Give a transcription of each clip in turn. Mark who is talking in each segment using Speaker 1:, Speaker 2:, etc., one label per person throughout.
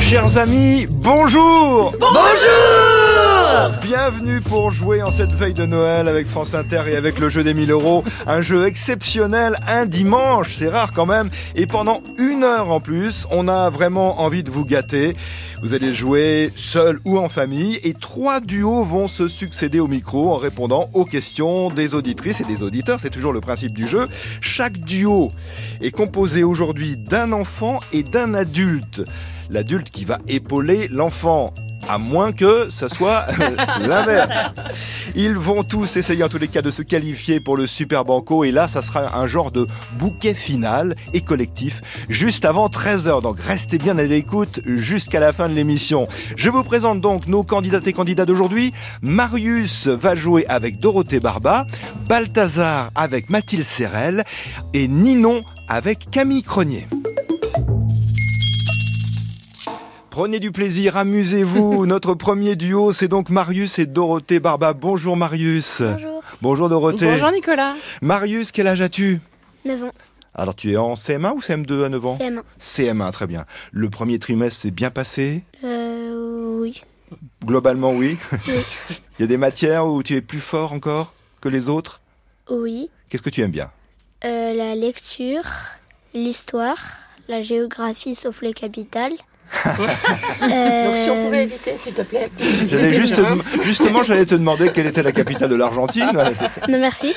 Speaker 1: Chers amis, bonjour
Speaker 2: Bonjour
Speaker 1: Bienvenue pour jouer en cette veille de Noël avec France Inter et avec le jeu des 1000 euros. Un jeu exceptionnel, un dimanche, c'est rare quand même. Et pendant une heure en plus, on a vraiment envie de vous gâter. Vous allez jouer seul ou en famille et trois duos vont se succéder au micro en répondant aux questions des auditrices et des auditeurs. C'est toujours le principe du jeu. Chaque duo est composé aujourd'hui d'un enfant et d'un adulte. L'adulte qui va épauler l'enfant à moins que ça soit euh, l'inverse. Ils vont tous essayer en tous les cas de se qualifier pour le Super Banco et là ça sera un genre de bouquet final et collectif juste avant 13h. Donc restez bien à l'écoute jusqu'à la fin de l'émission. Je vous présente donc nos candidates et candidats d'aujourd'hui. Marius va jouer avec Dorothée Barba, Balthazar avec Mathilde Serrel et Ninon avec Camille Cronier. Prenez du plaisir, amusez-vous. Notre premier duo, c'est donc Marius et Dorothée Barba. Bonjour Marius.
Speaker 3: Bonjour.
Speaker 1: Bonjour Dorothée.
Speaker 2: Bonjour Nicolas.
Speaker 1: Marius, quel âge as-tu
Speaker 3: 9 ans,
Speaker 1: Alors tu es en CM1 ou CM2 à 9 ans
Speaker 3: CM1.
Speaker 1: CM1, très bien. Le premier trimestre s'est bien passé
Speaker 3: Euh, oui.
Speaker 1: Globalement, oui.
Speaker 3: Oui.
Speaker 1: Il y a des matières où tu es plus fort encore que les autres
Speaker 3: Oui.
Speaker 1: Qu'est-ce que tu aimes bien
Speaker 3: Euh, la lecture, l'histoire, la géographie sauf les capitales. Euh,
Speaker 2: Donc si on pouvait éviter, s'il te plaît.
Speaker 1: J'allais juste, Justement, j'allais te demander quelle était la capitale de l'Argentine. Voilà, c'est ça.
Speaker 3: Non, merci.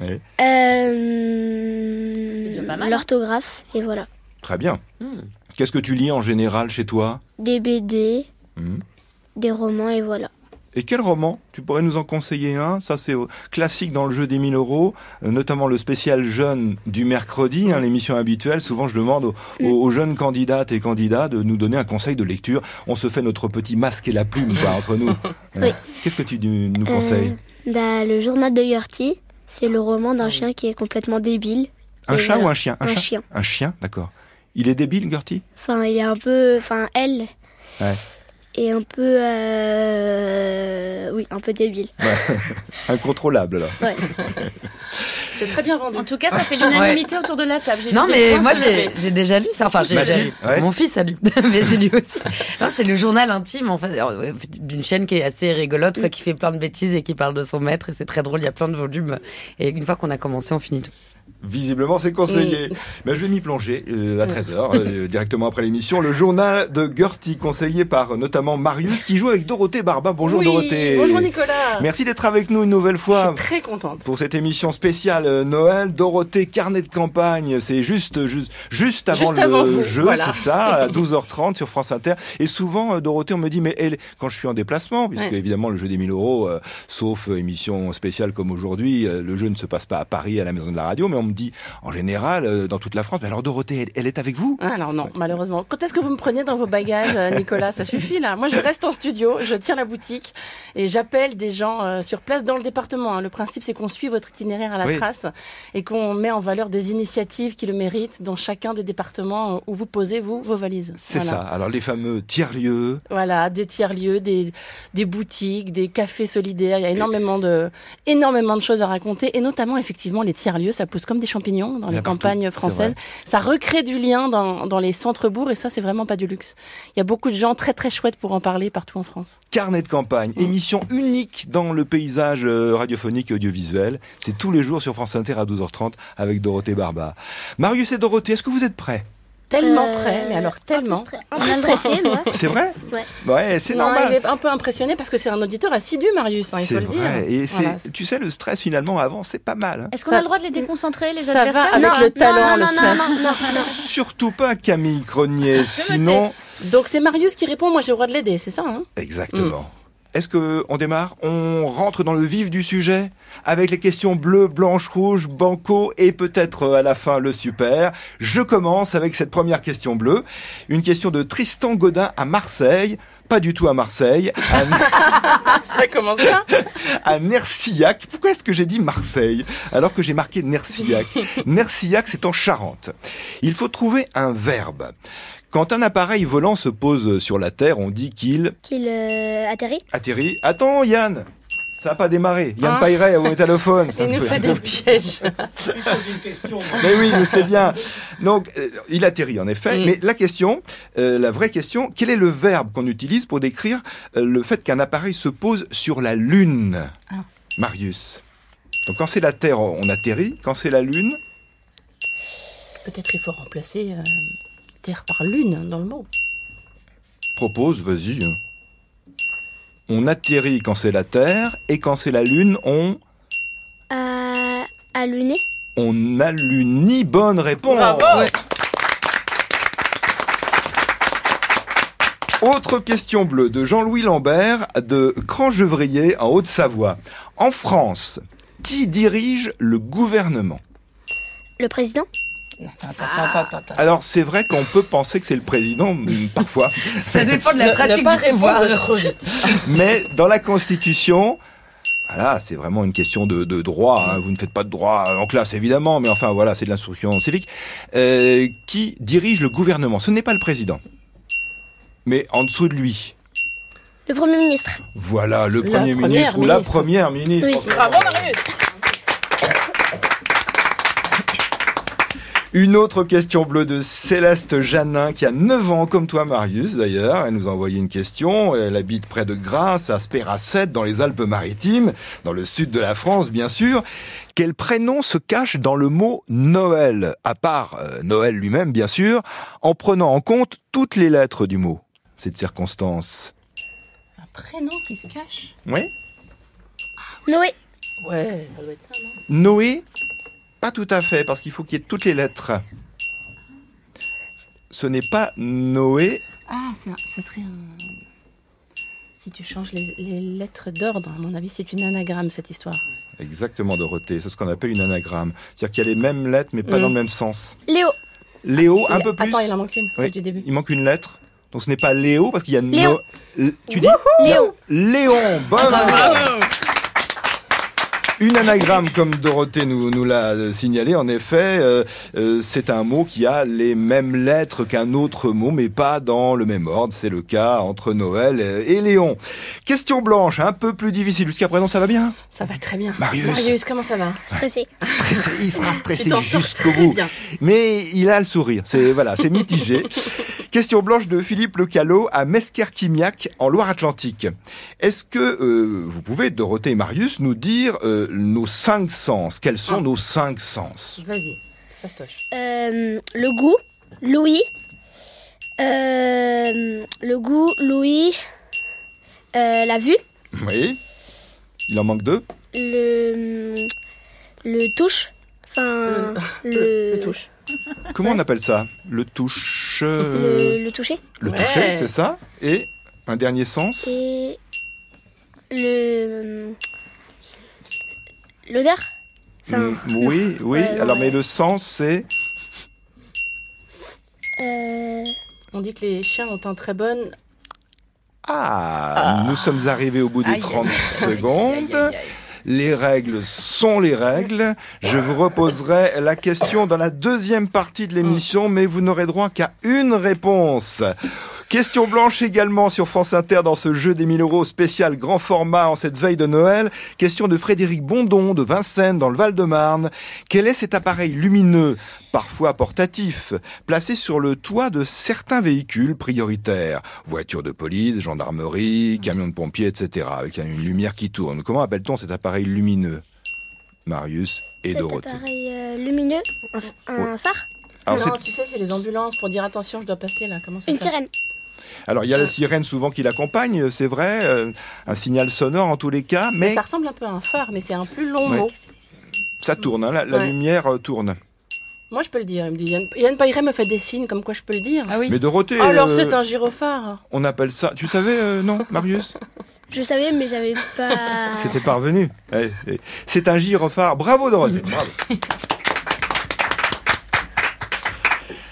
Speaker 1: Oui.
Speaker 3: Euh,
Speaker 2: C'est déjà pas mal. hein.
Speaker 3: L'orthographe, et voilà.
Speaker 1: Très bien.
Speaker 2: Hmm.
Speaker 1: Qu'est-ce que tu lis en général chez toi
Speaker 3: Des BD,
Speaker 1: Hmm.
Speaker 3: des romans, et voilà.
Speaker 1: Et quel roman Tu pourrais nous en conseiller un Ça, c'est au- classique dans le jeu des 1000 euros, euh, notamment le spécial jeune du mercredi, hein, l'émission habituelle. Souvent, je demande aux, aux- aux jeunes candidates et candidats de nous donner un conseil de lecture. On se fait notre petit masque et la plume, quoi, entre nous. Euh, Qu'est-ce que tu nous nous conseilles
Speaker 3: Euh, bah, le journal de Yorty, c'est le roman d'un chien qui est complètement débile.
Speaker 1: Un
Speaker 3: et
Speaker 1: chat
Speaker 3: voilà.
Speaker 1: ou un chien
Speaker 3: Un chien.
Speaker 1: Un chien, d'accord. Il est débile, Gertie
Speaker 3: Enfin, il est un peu. Enfin, elle.
Speaker 1: Ouais.
Speaker 3: Et un peu. euh, Oui, un peu débile.
Speaker 1: Incontrôlable, là.
Speaker 3: Ouais.
Speaker 2: C'est très bien vendu.
Speaker 4: En tout cas, ça fait l'unanimité autour de la table. J'ai
Speaker 5: Non,
Speaker 4: lu des
Speaker 5: mais
Speaker 4: points
Speaker 5: moi
Speaker 4: sur
Speaker 5: j'ai
Speaker 4: les-
Speaker 5: j'ai déjà lu ça. Enfin, j'ai déjà
Speaker 1: Mathilde,
Speaker 5: lu.
Speaker 1: ouais.
Speaker 5: Mon fils a lu, mais j'ai lu aussi. Non, c'est le journal intime en fait, euh, d'une chaîne qui est assez rigolote, quoi, qui fait plein de bêtises et qui parle de son maître. Et c'est très drôle, il y a plein de volumes. Et une fois qu'on a commencé, on finit tout.
Speaker 1: Visiblement, c'est
Speaker 2: Mm.
Speaker 1: conseillé. Ben, je vais m'y plonger euh, à 13h, directement après l'émission. Le journal de Gertie, conseillé par euh, notamment Marius, qui joue avec Dorothée Barba. Bonjour
Speaker 2: Oui,
Speaker 1: Dorothée.
Speaker 2: Bonjour Nicolas.
Speaker 1: Merci d'être avec nous une nouvelle
Speaker 2: Je
Speaker 1: fois.
Speaker 2: suis très contente.
Speaker 1: Pour cette émission spéciale euh, Noël, Dorothée, carnet de campagne, c'est juste, juste, juste avant
Speaker 2: Juste
Speaker 1: le
Speaker 2: avant vous,
Speaker 1: jeu,
Speaker 2: voilà.
Speaker 1: c'est ça, à 12h30 sur France Inter. Et souvent, euh, Dorothée, on me dit, mais elle, quand je suis en déplacement, puisque
Speaker 2: Ouais.
Speaker 1: évidemment le jeu des 1000 euros, euh, sauf euh, émission spéciale comme aujourd'hui, euh, le jeu ne se passe pas à Paris, à la maison de la radio, mais on me dit, en général, euh, dans toute la France, mais alors Dorothée, elle, elle est avec vous
Speaker 2: Ah, Alors non, malheureusement. Quand est-ce que vous me prenez dans vos bagages, euh, Nicolas Ça suffit là. Moi, je reste en studio, je tiens la boutique et j'appelle des gens euh, sur place dans le département. hein. Le principe, c'est qu'on suit votre itinéraire à la
Speaker 1: Oui.
Speaker 2: trace et qu'on met en valeur des initiatives qui le méritent dans chacun des départements où vous posez vous vos valises.
Speaker 1: C'est
Speaker 2: Voilà.
Speaker 1: ça. Alors les fameux tiers-lieux,
Speaker 2: Voilà, des tiers-lieux, des, des boutiques, des cafés solidaires. Il y a énormément de, énormément de choses à raconter. Et notamment, effectivement, les tiers-lieux, ça pousse comme des champignons dans
Speaker 1: Il y
Speaker 2: les
Speaker 1: a partout,
Speaker 2: campagnes
Speaker 1: c'est
Speaker 2: françaises. Ça recrée du lien dans, dans les centres-bourgs. Et ça, c'est vraiment pas du luxe. Il y a beaucoup de gens très, très chouettes pour en parler partout en France.
Speaker 1: Carnet de campagne, émission unique dans le paysage euh, radiophonique et audiovisuel. C'est tous les jours sur France Inter à 12h30 avec Dorothée Barba. Marius et Dorothée, est-ce que vous êtes prêts
Speaker 2: Tellement
Speaker 3: Euh,
Speaker 2: près, mais alors
Speaker 3: Un
Speaker 2: tellement.
Speaker 3: peu, stre- un peu stressé, moi.
Speaker 1: C'est vrai
Speaker 3: Ouais.
Speaker 1: Ouais, c'est
Speaker 2: Non, il
Speaker 1: normal.
Speaker 2: est un peu impressionné parce que c'est un auditeur assidu, Marius, hein, il
Speaker 1: C'est
Speaker 2: faut le dire.
Speaker 1: vrai. Et c'est-
Speaker 2: Voilà.
Speaker 1: tu sais, le stress finalement avant, c'est pas mal. hein.
Speaker 4: Est-ce qu'on
Speaker 2: Ça-
Speaker 4: a le droit de les déconcentrer, les
Speaker 2: Ça va
Speaker 4: adversaires
Speaker 2: avec
Speaker 3: Non,
Speaker 2: le
Speaker 3: non,
Speaker 2: talent,
Speaker 3: non,
Speaker 2: le
Speaker 3: non,
Speaker 2: stress.
Speaker 3: non, non, non, non.
Speaker 1: Surtout pas Camille
Speaker 2: Ah,
Speaker 1: Cronier, sinon.
Speaker 2: Donc c'est Marius qui répond, moi j'ai le droit de l'aider, c'est ça hein
Speaker 1: Exactement. Mm. Est-ce que on démarre On rentre dans le vif du sujet avec les questions bleues, blanches, rouges, banco et peut-être euh, à la fin le super. Je commence avec cette première question bleue, une question de Tristan Godin à Marseille, pas du tout à Marseille, à,
Speaker 2: Ça commence bien.
Speaker 1: à Nercillac. Pourquoi est-ce que j'ai dit Marseille alors que j'ai marqué Nercillac Nercillac, c'est en Charente. Il faut trouver un verbe. Quand un appareil volant se pose sur la Terre, on dit qu'il
Speaker 3: Qu'il euh, atterrit
Speaker 1: atterrit. Attends, Yann Ça n'a pas démarré. Yann
Speaker 2: Ah.
Speaker 1: Pailleray au métallophone. ça
Speaker 2: Il nous
Speaker 1: peut-
Speaker 2: fait des pièges.
Speaker 1: Mais oui, je sais bien. Donc, euh, il atterrit en effet.
Speaker 5: Mm.
Speaker 1: Mais la question, euh, la vraie question, quel est le verbe qu'on utilise pour décrire euh, le fait qu'un appareil se pose sur la Lune
Speaker 2: Ah.
Speaker 1: Marius. Donc, quand c'est la Terre, on atterrit. Quand c'est la Lune,
Speaker 2: Peut-être il faut remplacer euh, Terre par Lune hein, dans le mot.
Speaker 1: propose, vas-y. hein. On atterrit quand c'est la Terre et quand c'est la Lune, on,
Speaker 3: À, à luner
Speaker 1: on a l'uni bonne réponse.
Speaker 2: Bravo
Speaker 5: Ouais.
Speaker 1: Autre question bleue de Jean-Louis Lambert de Crangevrier en Haute-Savoie. En France, qui dirige le gouvernement
Speaker 3: Le président
Speaker 2: Ah.
Speaker 1: Alors c'est vrai qu'on peut penser que c'est le président mm, parfois,
Speaker 5: Ça dépend de la
Speaker 2: Ne- ne
Speaker 5: pratique
Speaker 2: pas
Speaker 5: du pouvoir.
Speaker 2: répondre trop vite.
Speaker 1: mais dans la Constitution, voilà, c'est vraiment une question de, de droit. hein. Vous ne faites pas de droit en classe évidemment, mais enfin voilà, c'est de l'instruction civique. Euh, qui dirige le gouvernement Ce n'est pas le président, mais en dessous de lui.
Speaker 3: Le premier ministre
Speaker 1: Voilà, le
Speaker 2: La
Speaker 1: Premier
Speaker 2: première
Speaker 1: ministre ou la
Speaker 2: ministre.
Speaker 1: Première ministre.
Speaker 3: Oui.
Speaker 5: Ah,
Speaker 2: Bravo Marius
Speaker 1: Une autre question bleue de Céleste Janin, qui a 9 ans, comme toi Marius d'ailleurs. Elle nous a envoyé une question. Elle habite près de Grasse, à Spéracette, dans les Alpes-Maritimes, dans le sud de la France, bien sûr. Quel prénom se cache dans le mot Noël, à part euh, Noël lui-même, bien sûr, en prenant en compte toutes les lettres du mot Cette circonstance.
Speaker 2: Un prénom qui se cache
Speaker 1: Oui
Speaker 3: Noé
Speaker 2: Ouais, ça doit être ça, non
Speaker 1: Noé Pas tout à fait, parce qu'il faut qu'il y ait toutes les lettres. Ce n'est pas Noé,
Speaker 2: Ah, ça, ça serait un... Si tu changes les, les lettres d'ordre, à mon avis, c'est une anagramme, cette histoire.
Speaker 1: Exactement, Dorothée. C'est ce qu'on appelle une anagramme. C'est-à-dire qu'il y a les mêmes lettres, mais pas
Speaker 2: Mm.
Speaker 1: dans le même sens.
Speaker 3: Léo
Speaker 1: Léo, Oh, un
Speaker 2: Et-
Speaker 1: peu plus.
Speaker 2: Attends, il en manque une,
Speaker 1: Oui.
Speaker 2: celle du début.
Speaker 1: Il manque une lettre. Donc ce n'est pas Léo, parce qu'il y a
Speaker 3: Léon.
Speaker 1: No- L- Tu dis
Speaker 3: Léon
Speaker 1: Léon, bonne
Speaker 2: Ah,
Speaker 5: Bravo.
Speaker 1: Une anagramme, comme Dorothée nous, nous l'a euh, signalé, en effet, euh, euh, c'est un mot qui a les mêmes lettres qu'un autre mot, mais pas dans le même ordre. C'est le cas entre Noël euh, et Léon. Question blanche, un peu plus difficile. Jusqu'à présent, ça va bien
Speaker 2: Ça va très bien.
Speaker 1: Marius.
Speaker 2: comment ça va
Speaker 3: Stressé.
Speaker 1: Stressé, Il sera stressé
Speaker 2: Tu t'en sors
Speaker 1: jusqu'au
Speaker 2: très
Speaker 1: bout.
Speaker 2: bien.
Speaker 1: Mais il a le sourire, c'est voilà, c'est mitigé. Question blanche de Philippe Lecalot à Mesquerquignac en Loire-Atlantique. Est-ce que euh, vous pouvez, Dorothée et Marius, nous dire euh, nos cinq sens Quels sont
Speaker 2: Ah.
Speaker 1: nos cinq sens
Speaker 2: Vas-y, fastoche.
Speaker 3: Euh, le goût, Louis. Euh, le goût, Louis. Euh, la vue,
Speaker 1: Oui. Il en manque deux.
Speaker 3: le, le touche. Enfin, le,
Speaker 2: Le, le touche.
Speaker 1: Comment on appelle ça Le touche. euh,
Speaker 2: Euh.
Speaker 3: Le, le toucher.
Speaker 1: Le
Speaker 2: Ouais.
Speaker 1: toucher, c'est ça Et un dernier sens
Speaker 3: Et le. L'odeur Enfin,
Speaker 1: Mm, Oui, oui.
Speaker 3: Ouais,
Speaker 1: Alors,
Speaker 3: ouais.
Speaker 1: mais le sens, c'est.
Speaker 3: euh,
Speaker 2: On dit que les chiens ont un très bon...
Speaker 1: Ah, nous sommes arrivés au bout des
Speaker 5: Aïe.
Speaker 1: 30
Speaker 5: Aïe,
Speaker 1: secondes.
Speaker 5: aïe, aïe.
Speaker 1: Les règles sont les règles. Je vous reposerai la question dans la deuxième partie de l'émission, mais vous n'aurez droit qu'à une réponse. Question blanche également sur France Inter dans ce jeu des 1000 euros spécial grand format en cette veille de Noël. Question de Frédéric Bondon de Vincennes dans le Val-de-Marne. Quel est cet appareil lumineux, parfois portatif, placé sur le toit de certains véhicules prioritaires Voitures de police,
Speaker 2: Hmm.
Speaker 1: gendarmerie, camions de pompiers, etc. Avec une lumière qui tourne. Comment appelle-t-on cet appareil lumineux Marius et
Speaker 3: cet
Speaker 1: Dorothée.
Speaker 3: appareil euh, lumineux, un, f- un phare,
Speaker 1: Alors, c'est-
Speaker 2: non, tu sais, c'est les ambulances pour dire attention, je dois passer là. Comment ça
Speaker 3: une
Speaker 2: s'appelle
Speaker 3: sirène.
Speaker 1: Alors,
Speaker 2: Euh.
Speaker 1: il y a la sirène souvent qui l'accompagne, c'est vrai, euh, un signal sonore en tous les cas, mais
Speaker 2: Ça ressemble un peu à un phare, mais c'est un plus long
Speaker 1: Ouais.
Speaker 2: mot.
Speaker 1: ça tourne, hein, la, la
Speaker 2: Ouais.
Speaker 1: lumière euh, tourne.
Speaker 2: Moi, je peux le dire. Il me dit, Yann, Yann Pailleray me fait des signes comme quoi je peux le dire. Oh,
Speaker 5: Ah oui.
Speaker 1: Mais Dorothée,
Speaker 2: alors,
Speaker 1: euh,
Speaker 2: c'est un gyrophare.
Speaker 1: on appelle ça. Tu savais, euh, non, Marius
Speaker 3: Je savais, mais j'avais pas.
Speaker 1: C'était parvenu. Ouais, ouais. C'est un gyrophare. Bravo, Dorothée. Bravo.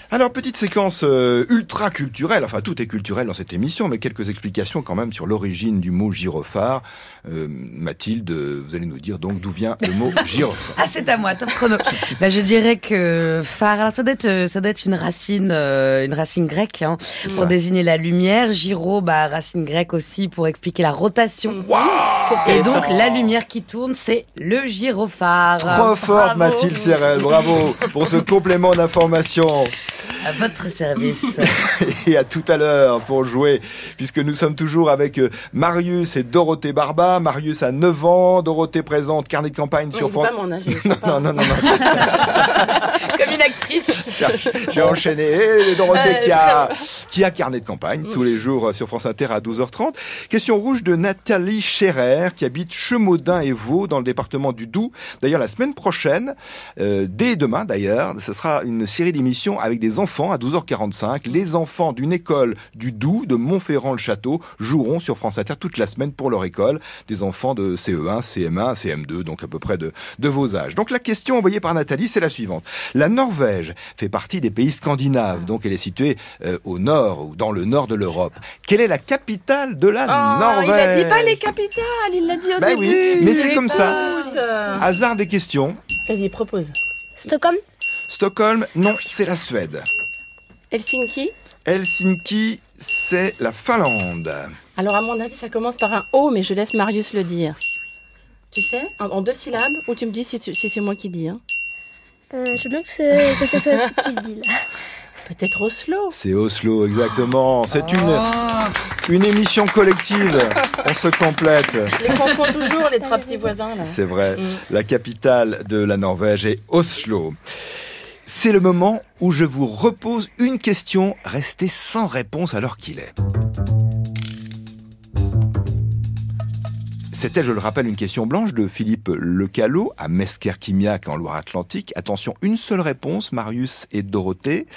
Speaker 1: Alors, petite séquence euh, ultra culturelle, enfin tout est culturel dans cette émission, mais quelques explications quand même sur l'origine du mot gyrophare. Euh, Mathilde, euh, vous allez nous dire donc d'où vient le mot gyrophare.
Speaker 5: Ah, c'est à moi, top chrono. bah, je dirais que phare, alors ça doit être, euh, ça doit être une racine, euh, une racine grecque hein,
Speaker 2: Mm.
Speaker 5: pour désigner la lumière. Giro, bah, racine grecque aussi pour expliquer la rotation.
Speaker 2: Mm.
Speaker 1: Waouh
Speaker 2: Qu'est-ce qu'elle
Speaker 5: Et
Speaker 2: est
Speaker 5: donc,
Speaker 2: forte.
Speaker 5: la lumière qui tourne, c'est le gyrophare.
Speaker 1: Trop forte
Speaker 4: Bravo.
Speaker 1: Mathilde Serrel, bravo pour ce complément d'information
Speaker 5: À votre service.
Speaker 1: et à tout à l'heure pour jouer puisque nous sommes toujours avec euh, Marius et Dorothée Barba. Marius a 9 ans, Dorothée présente carnet de campagne
Speaker 2: Non,
Speaker 1: sur
Speaker 2: il est
Speaker 1: France.
Speaker 2: pas mon âge, il est sympa.
Speaker 1: Non, non, non, non,
Speaker 5: Comme une actrice.
Speaker 1: J'ai- j'ai enchaîné. Et Dorothée
Speaker 5: Euh,
Speaker 1: qui a, qui a carnet de campagne tous les jours euh, sur France Inter à 12h30. Question rouge de Nathalie Scherer qui habite Chemaudin et Vaud dans le département du Doubs. D'ailleurs, la semaine prochaine, euh, dès demain d'ailleurs, ce sera une série d'émissions avec des enfants à 12h45. Les enfants d'une école du Doubs de Montferrand-le-Château joueront sur France Inter toute la semaine pour leur école. Des enfants de E CE1, CM1, CM2, donc à peu près de, de vos âges. Donc la question envoyée par Nathalie, c'est la suivante. La Norvège fait partie des pays scandinaves, donc elle est située euh, au nord ou dans le nord de l'Europe. Quelle est la capitale de la
Speaker 2: Oh,
Speaker 1: Ah, Norvège
Speaker 2: il a dit pas les capitales, il l'a dit au
Speaker 1: Bah
Speaker 2: début.
Speaker 1: oui, mais c'est comme ça.
Speaker 2: Écoute, euh,
Speaker 1: Hasard des questions.
Speaker 2: Vas-y, propose.
Speaker 3: Stockholm
Speaker 1: Stockholm, non, c'est la Suède.
Speaker 2: Helsinki.
Speaker 1: Helsinki, c'est la Finlande.
Speaker 2: Alors, à mon avis, ça commence par un O, mais je laisse Marius le dire. Tu sais, en, en deux syllabes, ou tu me dis si, tu- si c'est moi qui dis. hein.
Speaker 3: euh, Je veux bien que ce, que ce soit ce qu'il dit là.
Speaker 2: Peut-être Oslo.
Speaker 1: C'est Oslo, exactement. C'est
Speaker 5: Oh,
Speaker 1: une, une émission collective. On se complète.
Speaker 2: Je les confonds toujours, les trois petits voisins. là.
Speaker 1: C'est vrai.
Speaker 2: Mm.
Speaker 1: La capitale de la Norvège est Oslo. C'est le moment où je vous repose une question restez sans réponse alors qu'il est. C'était, je le rappelle, une question blanche de Philippe Lecalot à Mesquerquignac en Loire-Atlantique. Attention, une seule réponse, Marius et Dorothée.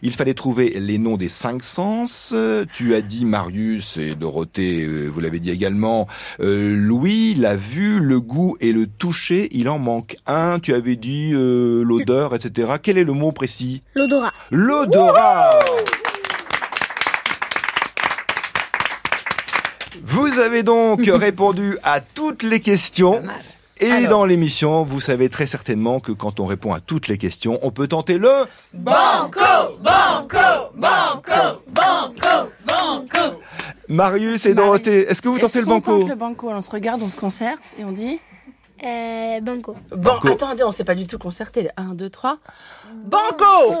Speaker 1: Il fallait trouver les noms des cinq sens. Euh, Tu as dit Marius et Dorothée, euh, vous l'avez dit également, euh, Louis, la vue, le goût et le toucher, il en manque un. Tu avais dit euh, l'odeur, etc. Quel est le mot précis
Speaker 3: L'odorat.
Speaker 1: L'odorat Vous avez donc répondu à toutes les
Speaker 2: Ah,
Speaker 1: questions.
Speaker 2: bah,
Speaker 1: Et
Speaker 5: Alors.
Speaker 1: dans l'émission, vous savez très certainement que quand on répond à toutes les questions, on peut tenter le...
Speaker 5: Banco, banco, banco, banco, banco.
Speaker 1: Marius et Dorothée, est-ce que vous
Speaker 2: Est-ce
Speaker 1: tentez le
Speaker 2: qu'on
Speaker 1: banco
Speaker 2: tente le banco, on se regarde, on se concerte et on dit.
Speaker 3: Euh, banco.
Speaker 2: Bon,
Speaker 1: Banco.
Speaker 2: attendez, on s'est pas du tout concerté. 1, 2, 3. Banco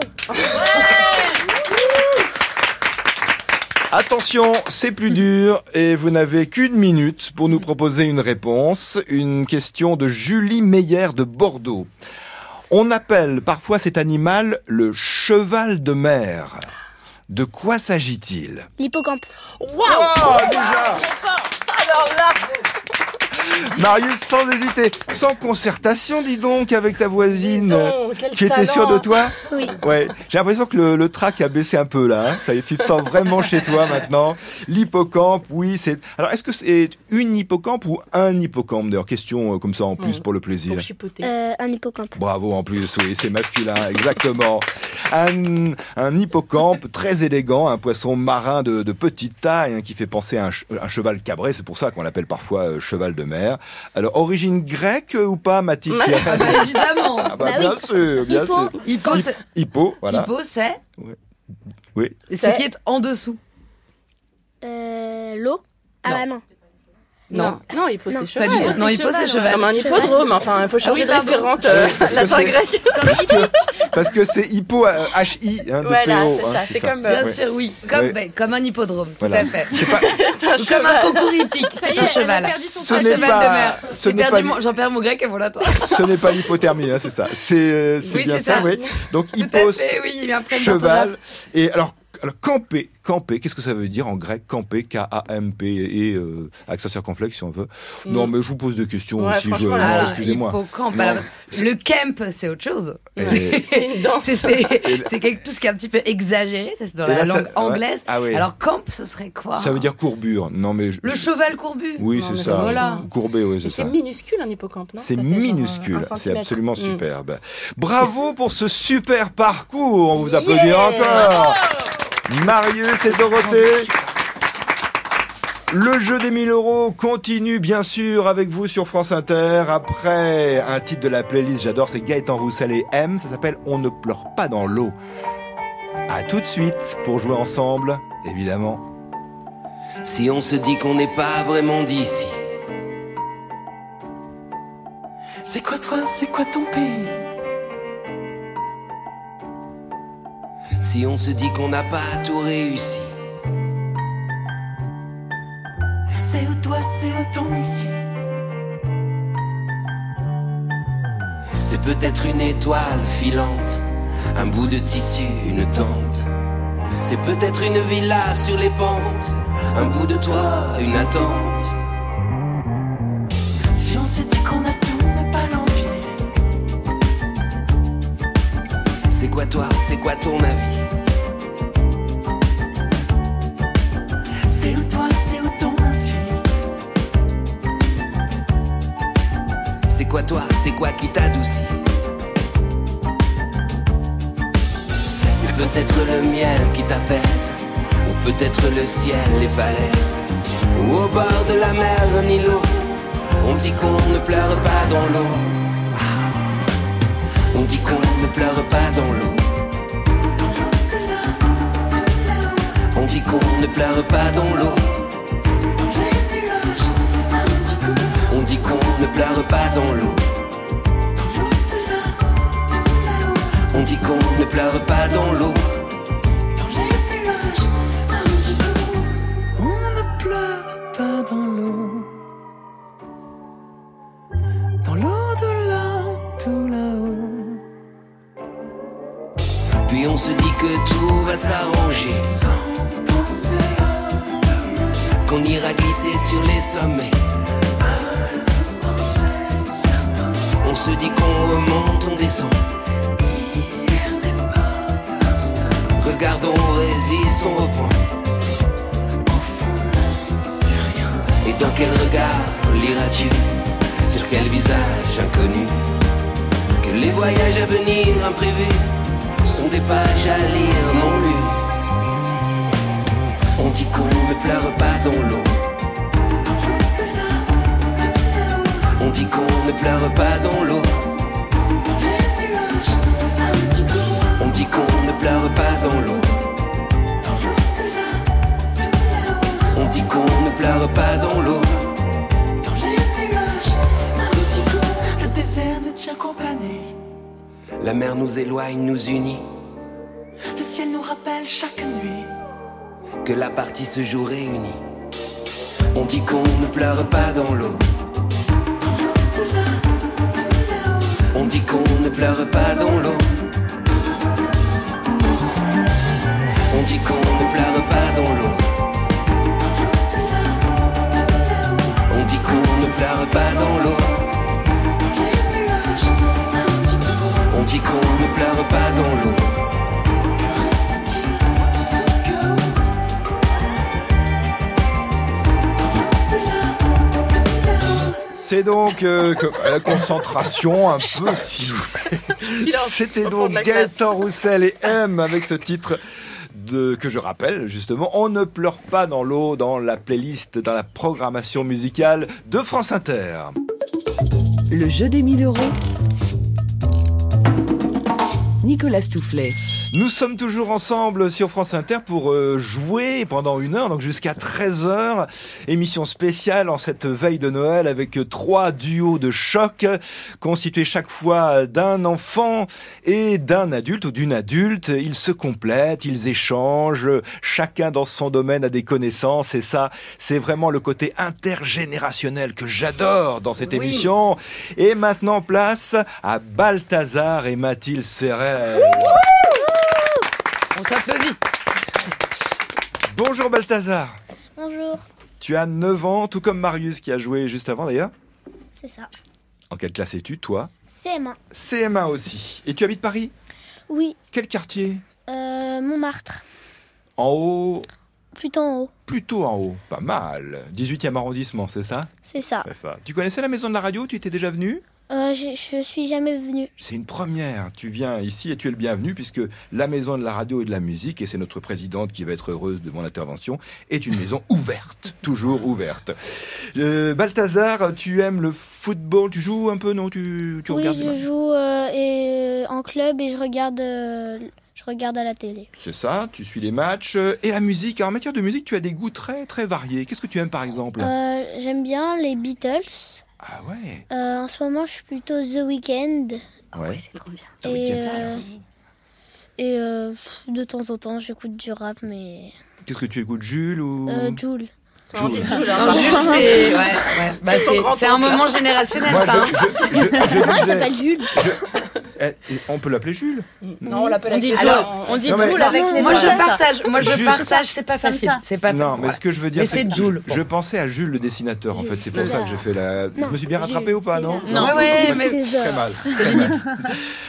Speaker 1: Attention, c'est plus dur et vous n'avez qu'une minute pour nous proposer une réponse. Une question de Julie Meyer de Bordeaux. On appelle parfois cet animal le cheval de mer. De quoi s'agit-il
Speaker 3: L'hippocampe.
Speaker 1: Oh, déjà
Speaker 2: Alors là
Speaker 1: Marius, sans hésiter, sans concertation, dis donc, avec ta voisine. Tu étais sûr de toi
Speaker 3: Oui.
Speaker 1: Ouais, j'ai l'impression que le, le trac a baissé un peu là. hein. Ça y est, tu te sens vraiment chez toi maintenant. L'hippocampe, oui, c'est. Alors, est-ce que c'est une hippocampe ou un hippocampe D'ailleurs, question euh, comme ça en plus
Speaker 2: Ouais.
Speaker 1: pour le plaisir.
Speaker 2: Pour chipoter.
Speaker 3: Euh, un hippocampe.
Speaker 1: Bravo en plus, oui, c'est masculin, exactement. Un, un hippocampe très élégant, un poisson marin de, de petite taille hein, qui fait penser à un, che- un cheval cabré, c'est pour ça qu'on l'appelle parfois euh, cheval de mer. Alors, origine grecque euh, ou pas, Mathilde Serrel
Speaker 5: Bah, évidemment.
Speaker 1: Ah bah,
Speaker 3: Bah
Speaker 1: bien sûr, bien
Speaker 3: Hippo.
Speaker 1: sûr.
Speaker 5: Hippo, c'est-
Speaker 1: Hippo, voilà.
Speaker 5: hippo, c'est
Speaker 1: Oui.
Speaker 5: ce
Speaker 2: C'est-
Speaker 5: qui est en dessous.
Speaker 3: Euh, l'eau. Ah
Speaker 5: Non.
Speaker 3: bah non.
Speaker 2: Non, non, il pose
Speaker 3: Non,
Speaker 2: ses
Speaker 5: Pas
Speaker 2: cheveux.
Speaker 5: du
Speaker 4: Ouais,
Speaker 5: tout. Non,
Speaker 4: c'est
Speaker 5: hippo, c'est
Speaker 4: cheval.
Speaker 5: cheval.
Speaker 2: Non, mais un hippodrome, enfin, il faut changer
Speaker 5: oui,
Speaker 2: de
Speaker 5: pardon.
Speaker 2: référente euh,
Speaker 1: Oui, parce que
Speaker 2: latin
Speaker 1: c'est-
Speaker 2: grec.
Speaker 1: Parce que, parce que c'est hippo euh, H-I hein, de
Speaker 2: Voilà,
Speaker 1: PO,
Speaker 2: c'est
Speaker 1: hein,
Speaker 2: ça, c'est comme,
Speaker 5: Bien
Speaker 1: Ouais.
Speaker 5: sûr, oui. Comme,
Speaker 1: Ouais.
Speaker 5: bah, comme un hippodrome,
Speaker 1: Voilà.
Speaker 5: tout à fait.
Speaker 1: C'est pas-
Speaker 2: C'est un
Speaker 5: Ou comme un
Speaker 2: cheval.
Speaker 5: concours hippique, c'est
Speaker 4: elle
Speaker 5: un
Speaker 4: a
Speaker 5: cheval.
Speaker 4: perdu son
Speaker 1: Ce
Speaker 5: Un
Speaker 1: n'est
Speaker 5: cheval de
Speaker 1: pas,
Speaker 5: mer.
Speaker 1: ce
Speaker 5: J'ai
Speaker 1: n'est pas,
Speaker 5: perdu mon- J'en perds mon grec et voilà toi.
Speaker 1: ce n'est pas l'hypothermie, hein, c'est ça. C'est, euh, c'est
Speaker 5: Oui,
Speaker 1: bien
Speaker 5: c'est
Speaker 1: ça,
Speaker 5: ça.
Speaker 1: oui. Donc
Speaker 5: Tout à
Speaker 1: hippos,
Speaker 5: fait, oui, il y a un problème d'orthographe.
Speaker 1: cheval. Et alors, alors camper, camper, qu'est-ce que ça veut dire en grec Camper, K-A-M-P et euh, accent circonflexe si on veut.
Speaker 5: Mm.
Speaker 1: Non, mais je vous pose des questions
Speaker 2: Ouais,
Speaker 1: aussi. Je,
Speaker 2: franchement,
Speaker 1: non,
Speaker 2: là,
Speaker 5: Alors,
Speaker 1: excusez-moi.
Speaker 5: Ah, hippocampe.
Speaker 1: Non.
Speaker 5: alors, le camp, c'est autre chose.
Speaker 1: Et-
Speaker 2: C'est une danse.
Speaker 5: C'est- C'est c'est quelque chose qui est un petit peu exagéré, ça c'est dans
Speaker 1: Et là,
Speaker 5: la
Speaker 1: ça-
Speaker 5: langue anglaise.
Speaker 1: Ah oui.
Speaker 5: Alors camp, ce serait quoi
Speaker 1: ça veut dire courbure. Non, mais je-
Speaker 5: le cheval courbu.
Speaker 1: Oui,
Speaker 2: Non,
Speaker 1: c'est
Speaker 2: mais
Speaker 1: ça.
Speaker 5: voilà.
Speaker 1: Courbé, oui,
Speaker 2: Mais
Speaker 1: c'est
Speaker 2: C'est
Speaker 1: ça.
Speaker 2: minuscule un hippocampe, non
Speaker 1: C'est
Speaker 2: Ça fait genre, euh,
Speaker 1: minuscule,
Speaker 2: un
Speaker 1: c'est
Speaker 2: centimètre.
Speaker 1: absolument
Speaker 2: Mm.
Speaker 1: superbe. Bravo pour ce super parcours, on vous applaudit
Speaker 2: Yeah
Speaker 1: encore. Marius et Dorothée. Le jeu des 1000 euros continue bien sûr avec vous sur France Inter. Après un titre de la playlist, j'adore, c'est Gaëtan Roussel et M. Ça s'appelle On ne pleure pas dans l'eau. À tout de suite pour jouer ensemble, évidemment.
Speaker 6: Si on se dit qu'on n'est pas vraiment d'ici, C'est quoi toi, c'est quoi ton pays Si on se dit qu'on n'a pas tout réussi, c'est où toi, c'est où ton ici C'est peut-être une étoile filante, un bout de tissu, une tente. C'est peut-être une villa sur les pentes, un bout de toit, une attente. Si on se dit qu'on a tout, mais pas l'envie. C'est quoi toi, c'est quoi ton avis C'est où toi, c'est où ton ainsi C'est quoi toi, c'est quoi qui t'adoucit C'est peut-être le miel qui t'apaise, ou peut-être le ciel, les falaises, ou au bord de la mer, un îlot. On dit qu'on ne pleure pas dans l'eau. Ah. On dit qu'on ne pleure pas dans l'eau. On dit qu'on ne pleure pas dans l'eau. On dit qu'on ne pleure pas dans l'eau. On dit qu'on ne pleure pas dans l'eau. On ne pleure pas dans l'eau. Dans l'au-delà, tout là-haut. Puis on se dit que tout va s'arranger. Qu'on ira glisser sur les sommets. On se dit qu'on remonte, on descend. Regarde, on résiste, on reprend. Et dans quel regard liras-tu Sur quel visage inconnu Que les voyages à venir imprévus sont des pages à lire, non lues. On dit qu'on ne pleure pas dans l'eau. On dit qu'on ne pleure pas dans l'eau. On dit qu'on ne pleure pas dans l'eau. On dit qu'on ne pleure pas dans l'eau. Le désert nous tient compagnie. La mer nous éloigne, nous unit. Le ciel nous rappelle chaque nuit que la partie se joue réunie. On dit qu'on ne pleure pas dans l'eau. On dit qu'on ne pleure pas dans l'eau. On dit qu'on ne pleure pas dans l'eau. On dit qu'on ne pleure pas dans l'eau. On dit qu'on ne pleure pas dans l'eau.
Speaker 1: C'est donc euh, que- à la concentration un peu si C'était
Speaker 2: au fond
Speaker 1: donc
Speaker 2: de la
Speaker 1: Gaëtan Roussel et M avec ce titre de, que je rappelle justement, on ne pleure pas dans l'eau dans la playlist, dans la programmation musicale de France Inter.
Speaker 7: Le jeu des 1000 euros. Nicolas Toufflet.
Speaker 1: Nous sommes toujours ensemble sur France Inter pour euh, jouer pendant une heure, donc jusqu'à 13h. Émission spéciale en cette veille de Noël avec euh, trois duos de choc constitués chaque fois d'un enfant et d'un adulte ou d'une adulte. Ils se complètent, ils échangent, chacun dans son domaine a des connaissances et ça, c'est vraiment le côté intergénérationnel que j'adore dans cette
Speaker 5: Oui.
Speaker 1: émission. Et maintenant, place à Balthazar et Mathilde Serret.
Speaker 5: On s'applaudit.
Speaker 1: Bonjour Balthazar,
Speaker 3: Bonjour.
Speaker 1: tu as 9 ans, tout comme Marius qui a joué juste avant d'ailleurs.
Speaker 3: C'est ça.
Speaker 1: En quelle classe es-tu toi
Speaker 3: C'est ma.
Speaker 1: CM1 aussi. Et tu habites Paris
Speaker 3: Oui.
Speaker 1: Quel quartier
Speaker 3: Euh, Montmartre.
Speaker 1: En haut
Speaker 3: Plutôt en haut.
Speaker 1: Plutôt en haut, pas mal. 18e arrondissement, c'est ça
Speaker 3: C'est ça.
Speaker 1: C'est ça. Tu connaissais la maison de la radio Tu étais déjà venu
Speaker 3: Euh, j'ai- je suis jamais venue.
Speaker 1: C'est une première. Tu viens ici et tu es le bienvenu puisque la maison de la radio et de la musique, et c'est notre présidente qui va être heureuse de mon intervention, est une maison ouverte, toujours ouverte. Euh, Balthazar, tu aimes le football Tu joues un peu Non, tu, tu
Speaker 3: oui,
Speaker 1: regardes les
Speaker 3: je
Speaker 1: matchs
Speaker 3: joue euh, et, en club et je regarde, euh, je regarde à la télé.
Speaker 1: C'est ça, tu suis les matchs euh, et la musique. Alors, en matière de musique, tu as des goûts très très variés. Qu'est-ce que tu aimes par exemple
Speaker 3: Euh, J'aime bien les Beatles.
Speaker 1: Ah ouais
Speaker 3: Euh, en ce moment, je suis plutôt The Weeknd. ah
Speaker 1: Ouais. Ah
Speaker 5: c'est trop bien.
Speaker 1: The Weeknd,
Speaker 3: Et,
Speaker 1: c'est
Speaker 3: euh, et euh, pff, de temps en temps, j'écoute du rap, mais.
Speaker 1: Qu'est-ce que tu écoutes, Jules ou...
Speaker 3: Euh, Joule.
Speaker 2: Quand on dit Jules, hein.
Speaker 5: Non, Jules, c'est. Ouais, ouais. Bah, c'est- c'est un moment générationnel,
Speaker 1: Moi,
Speaker 5: ça. hein.
Speaker 1: je, je, je, je
Speaker 3: Moi, je
Speaker 1: disais...
Speaker 3: s'appelle Jules.
Speaker 1: Eh, eh, on peut l'appeler Jules
Speaker 2: Mm. Non, on l'appelle avec les
Speaker 5: alors,
Speaker 2: doigts,
Speaker 4: On dit
Speaker 1: Non, mais-
Speaker 4: Joule avec les
Speaker 5: Moi,
Speaker 4: doigts.
Speaker 5: je partage. Moi, je
Speaker 1: Juste-
Speaker 5: partage. C'est pas facile.
Speaker 4: Comme ça.
Speaker 5: C'est pas
Speaker 1: Non, mais
Speaker 5: ouais.
Speaker 1: ce que je veux dire,
Speaker 5: Mais
Speaker 1: c'est
Speaker 5: c'est
Speaker 1: que
Speaker 5: Jules,
Speaker 1: je,
Speaker 5: bon.
Speaker 1: je pensais à Jules le dessinateur, en fait. C'est pour ça que j'ai fait la. je
Speaker 3: Non,
Speaker 1: me suis bien rattrapé
Speaker 3: Jules,
Speaker 1: ou pas, non
Speaker 3: César.
Speaker 5: Ouais, ouais, mais.
Speaker 1: Très mal. Très mal.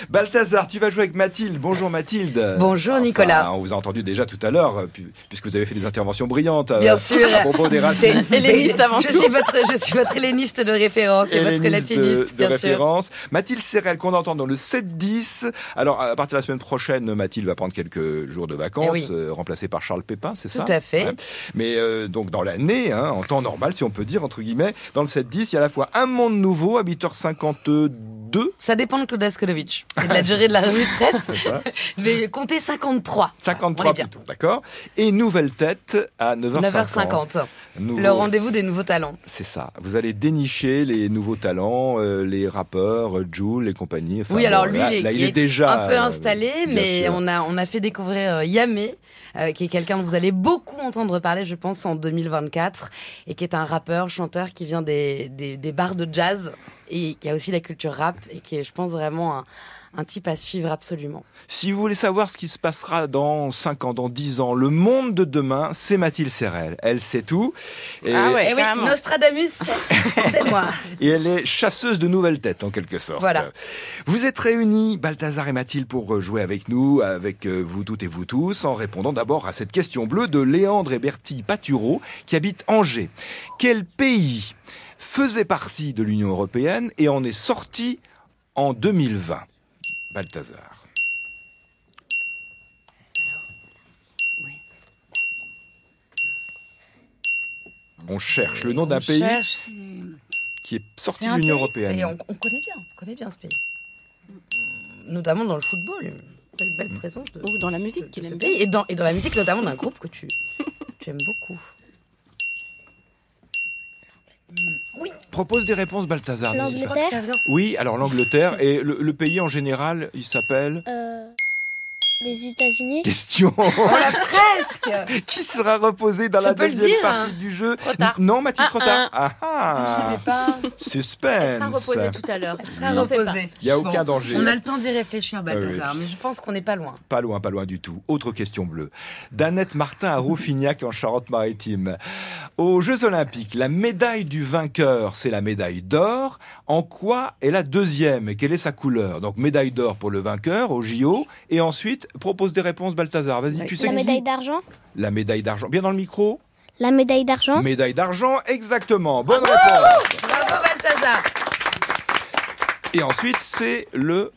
Speaker 1: Balthazar, tu vas jouer avec Mathilde. Bonjour Mathilde.
Speaker 5: Bonjour, Nicolas.
Speaker 1: On vous a entendu déjà tout à l'heure, euh, pu- puisque vous avez fait des interventions brillantes euh,
Speaker 5: Bien sûr.
Speaker 1: à propos des
Speaker 5: C'est
Speaker 1: racines.
Speaker 2: Helléniste avant
Speaker 5: je
Speaker 2: tout.
Speaker 5: Suis votre, je suis votre helléniste de référence et votre
Speaker 1: hellénistes de,
Speaker 5: latiniste,
Speaker 1: de
Speaker 5: bien sûr.
Speaker 1: référence. Mathilde Serrel, qu'on entend dans le 7-10. Alors, à partir de la semaine prochaine, Mathilde va prendre quelques jours de vacances,
Speaker 5: Eh oui.
Speaker 1: euh, remplacée par Charles Pépin, c'est ça
Speaker 5: Tout à fait.
Speaker 1: hein. Ouais. Mais euh, donc, dans l'année, hein, en temps normal, si on peut dire, entre guillemets, dans le 7-10, il y a à la fois un monde nouveau à 8h52,
Speaker 5: Ça dépend de Claude Skolovitch et de la durée de la revue de presse.
Speaker 1: c'est ça
Speaker 5: Mais comptez 53. On
Speaker 1: 53
Speaker 5: est bien.
Speaker 1: plutôt, d'accord Et nouvelle tête à 9h50.
Speaker 5: 9h50.
Speaker 1: Nouveau-
Speaker 5: Le rendez-vous des nouveaux talents.
Speaker 1: C'est ça. Vous allez dénicher les nouveaux talents, euh, les rappeurs, euh, Jul et compagnie. Enfin,
Speaker 5: Oui,
Speaker 1: bon,
Speaker 5: alors lui,
Speaker 1: là,
Speaker 5: il est-
Speaker 1: là,
Speaker 5: il est
Speaker 1: déjà
Speaker 5: un peu
Speaker 1: euh,
Speaker 5: installé,
Speaker 1: bien
Speaker 5: mais
Speaker 1: sûr.
Speaker 5: on a, on a fait découvrir euh, Yamé, euh, qui est quelqu'un dont vous allez beaucoup entendre parler, je pense, en 2024, et qui est un rappeur, chanteur qui vient des, des, des bars de jazz, et qui a aussi la culture rap, et qui est, je pense, vraiment un, un type à suivre absolument.
Speaker 1: Si vous voulez savoir ce qui se passera dans 5 ans, dans 10 ans, le monde de demain, c'est Mathilde Serrel. Elle sait tout. Et,
Speaker 2: Ah ouais,
Speaker 5: Eh oui,
Speaker 2: carrément.
Speaker 5: Nostradamus, c'est c'est moi.
Speaker 1: et elle est chasseuse de nouvelles têtes, en quelque sorte.
Speaker 5: Voilà.
Speaker 1: Vous êtes réunis, Balthazar et Mathilde, pour euh, jouer avec nous, avec euh, vous toutes et vous tous, en répondant d'abord à cette question bleue de Léandre et Bertie Patureau, qui habitent Angers. Quel pays faisait partie de l'Union européenne et en est sorti en 2020 Balthazar. On cherche le nom d'un pays qui est sorti de l'Union européenne.
Speaker 5: Et on, on connaît bien, on connaît bien ce pays. Notamment dans le football, une belle,
Speaker 1: Mm.
Speaker 5: belle présence de,
Speaker 2: Ou dans la
Speaker 5: de- de
Speaker 2: musique qu'il
Speaker 5: ce
Speaker 2: aime bien.
Speaker 5: pays. Et dans, et dans la musique, notamment d'un groupe que tu, tu aimes beaucoup.
Speaker 1: Propose des réponses, Balthazar. n'hésite pas.
Speaker 3: L'Angleterre.
Speaker 1: Oui, alors l'Angleterre et le, le pays en général, il s'appelle.
Speaker 3: euh, les États-Unis.
Speaker 1: Question
Speaker 5: Voilà, presque
Speaker 1: qui sera reposée dans
Speaker 5: Je
Speaker 1: la
Speaker 5: peux le
Speaker 1: deuxième
Speaker 5: dire,
Speaker 1: partie
Speaker 5: hein.
Speaker 1: du jeu.
Speaker 2: Trop tard.
Speaker 1: Non, Mathilde,
Speaker 2: Un,
Speaker 1: trop tard.
Speaker 2: un.
Speaker 1: Ah ah
Speaker 5: pas.
Speaker 4: Elle sera
Speaker 1: Suspense.
Speaker 4: reposée tout à l'heure. Elle
Speaker 1: Oui.
Speaker 4: refait pas.
Speaker 1: Il n'y a aucun
Speaker 5: Bon,
Speaker 1: danger.
Speaker 5: On a le temps d'y réfléchir, Balthazar,
Speaker 1: Ah oui.
Speaker 5: mais je pense qu'on n'est pas loin.
Speaker 1: Pas loin, pas loin du tout. Autre question bleue. Danette Martin à Roufignac en Charente-Maritime. Aux Jeux Olympiques, la médaille du vainqueur, c'est la médaille d'or. En quoi est la deuxième et quelle est sa couleur Donc médaille d'or pour le vainqueur au JO. Et ensuite, propose des réponses, Balthazar. Vas-y,
Speaker 5: Oui.
Speaker 1: tu sais
Speaker 3: La
Speaker 1: que
Speaker 3: médaille d'argent.
Speaker 1: La médaille d'argent. Bien dans le micro
Speaker 3: La médaille d'argent.
Speaker 1: Médaille d'argent, exactement. Bonne
Speaker 3: Ah
Speaker 1: réponse.
Speaker 5: Bravo, Balthazar
Speaker 1: Et ensuite, c'est le...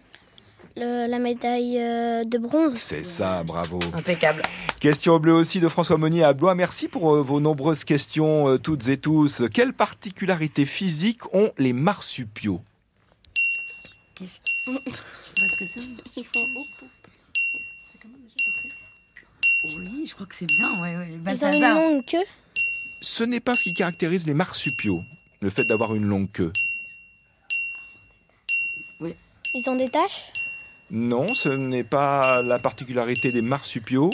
Speaker 3: Le- la médaille euh, de bronze.
Speaker 1: C'est ça, bravo.
Speaker 5: Impeccable.
Speaker 1: Question bleue aussi de François Monnier à Blois. Merci pour euh, vos nombreuses questions, euh, toutes et tous. Quelles particularités physiques ont les marsupiaux
Speaker 5: Qu'est-ce qu'ils sont Parce que c'est
Speaker 2: Ils font ouf.
Speaker 5: Oui, je crois que c'est bien, ouais, ouais.
Speaker 3: Ils ont une
Speaker 5: Balthazar.
Speaker 3: longue queue.
Speaker 1: Ce n'est pas ce qui caractérise les marsupiaux, le fait d'avoir une longue queue.
Speaker 3: Ils ont des taches.
Speaker 1: Non, ce n'est pas la particularité des marsupiaux.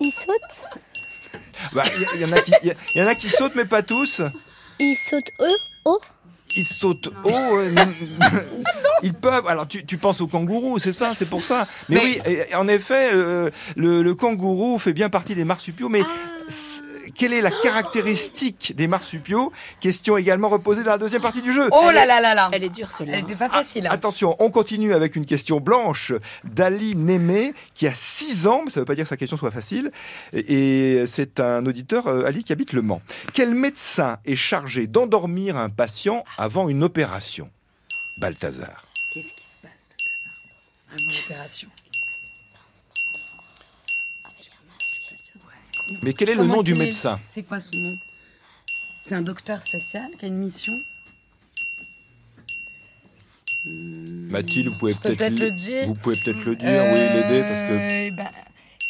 Speaker 3: Ils sautent.
Speaker 1: Bah, Il y, il y en a qui- il y a- il y en a qui sautent, mais pas tous.
Speaker 3: Ils sautent eux haut.
Speaker 1: Ils sautent haut. euh, non. ils peuvent. Alors, tu, tu penses au kangourou, c'est ça, c'est pour ça. Mais,
Speaker 5: Mais-
Speaker 1: oui, et- et en effet, euh, le, le kangourou fait bien partie des marsupiaux. Mais s- quelle est la caractéristique des marsupiaux Question également reposée dans la deuxième partie du jeu.
Speaker 5: Oh là là là là
Speaker 2: Elle est dure celle-là.
Speaker 5: Elle n'était pas facile. hein.
Speaker 1: Ah, Attention, on continue avec une question blanche d'Ali Némé, qui a 6 ans, mais ça ne veut pas dire que sa question soit facile. Et et c'est un auditeur, euh, Ali, qui habite Le Mans. Quel médecin est chargé d'endormir un patient avant une opération Balthazar.
Speaker 5: Qu'est-ce qui se passe, Balthazar Avant l'opération.
Speaker 1: Mais quel est le
Speaker 5: Comment
Speaker 1: nom du
Speaker 5: qu'il est
Speaker 1: médecin
Speaker 5: C'est quoi son nom C'est un docteur spécial qui a une mission
Speaker 1: Mathilde, vous pouvez
Speaker 5: Je peux
Speaker 1: peut-être
Speaker 5: peut-être le
Speaker 1: le...
Speaker 5: dire.
Speaker 1: vous pouvez peut-être le dire, oui, l'aider, parce que
Speaker 5: Euh, bah,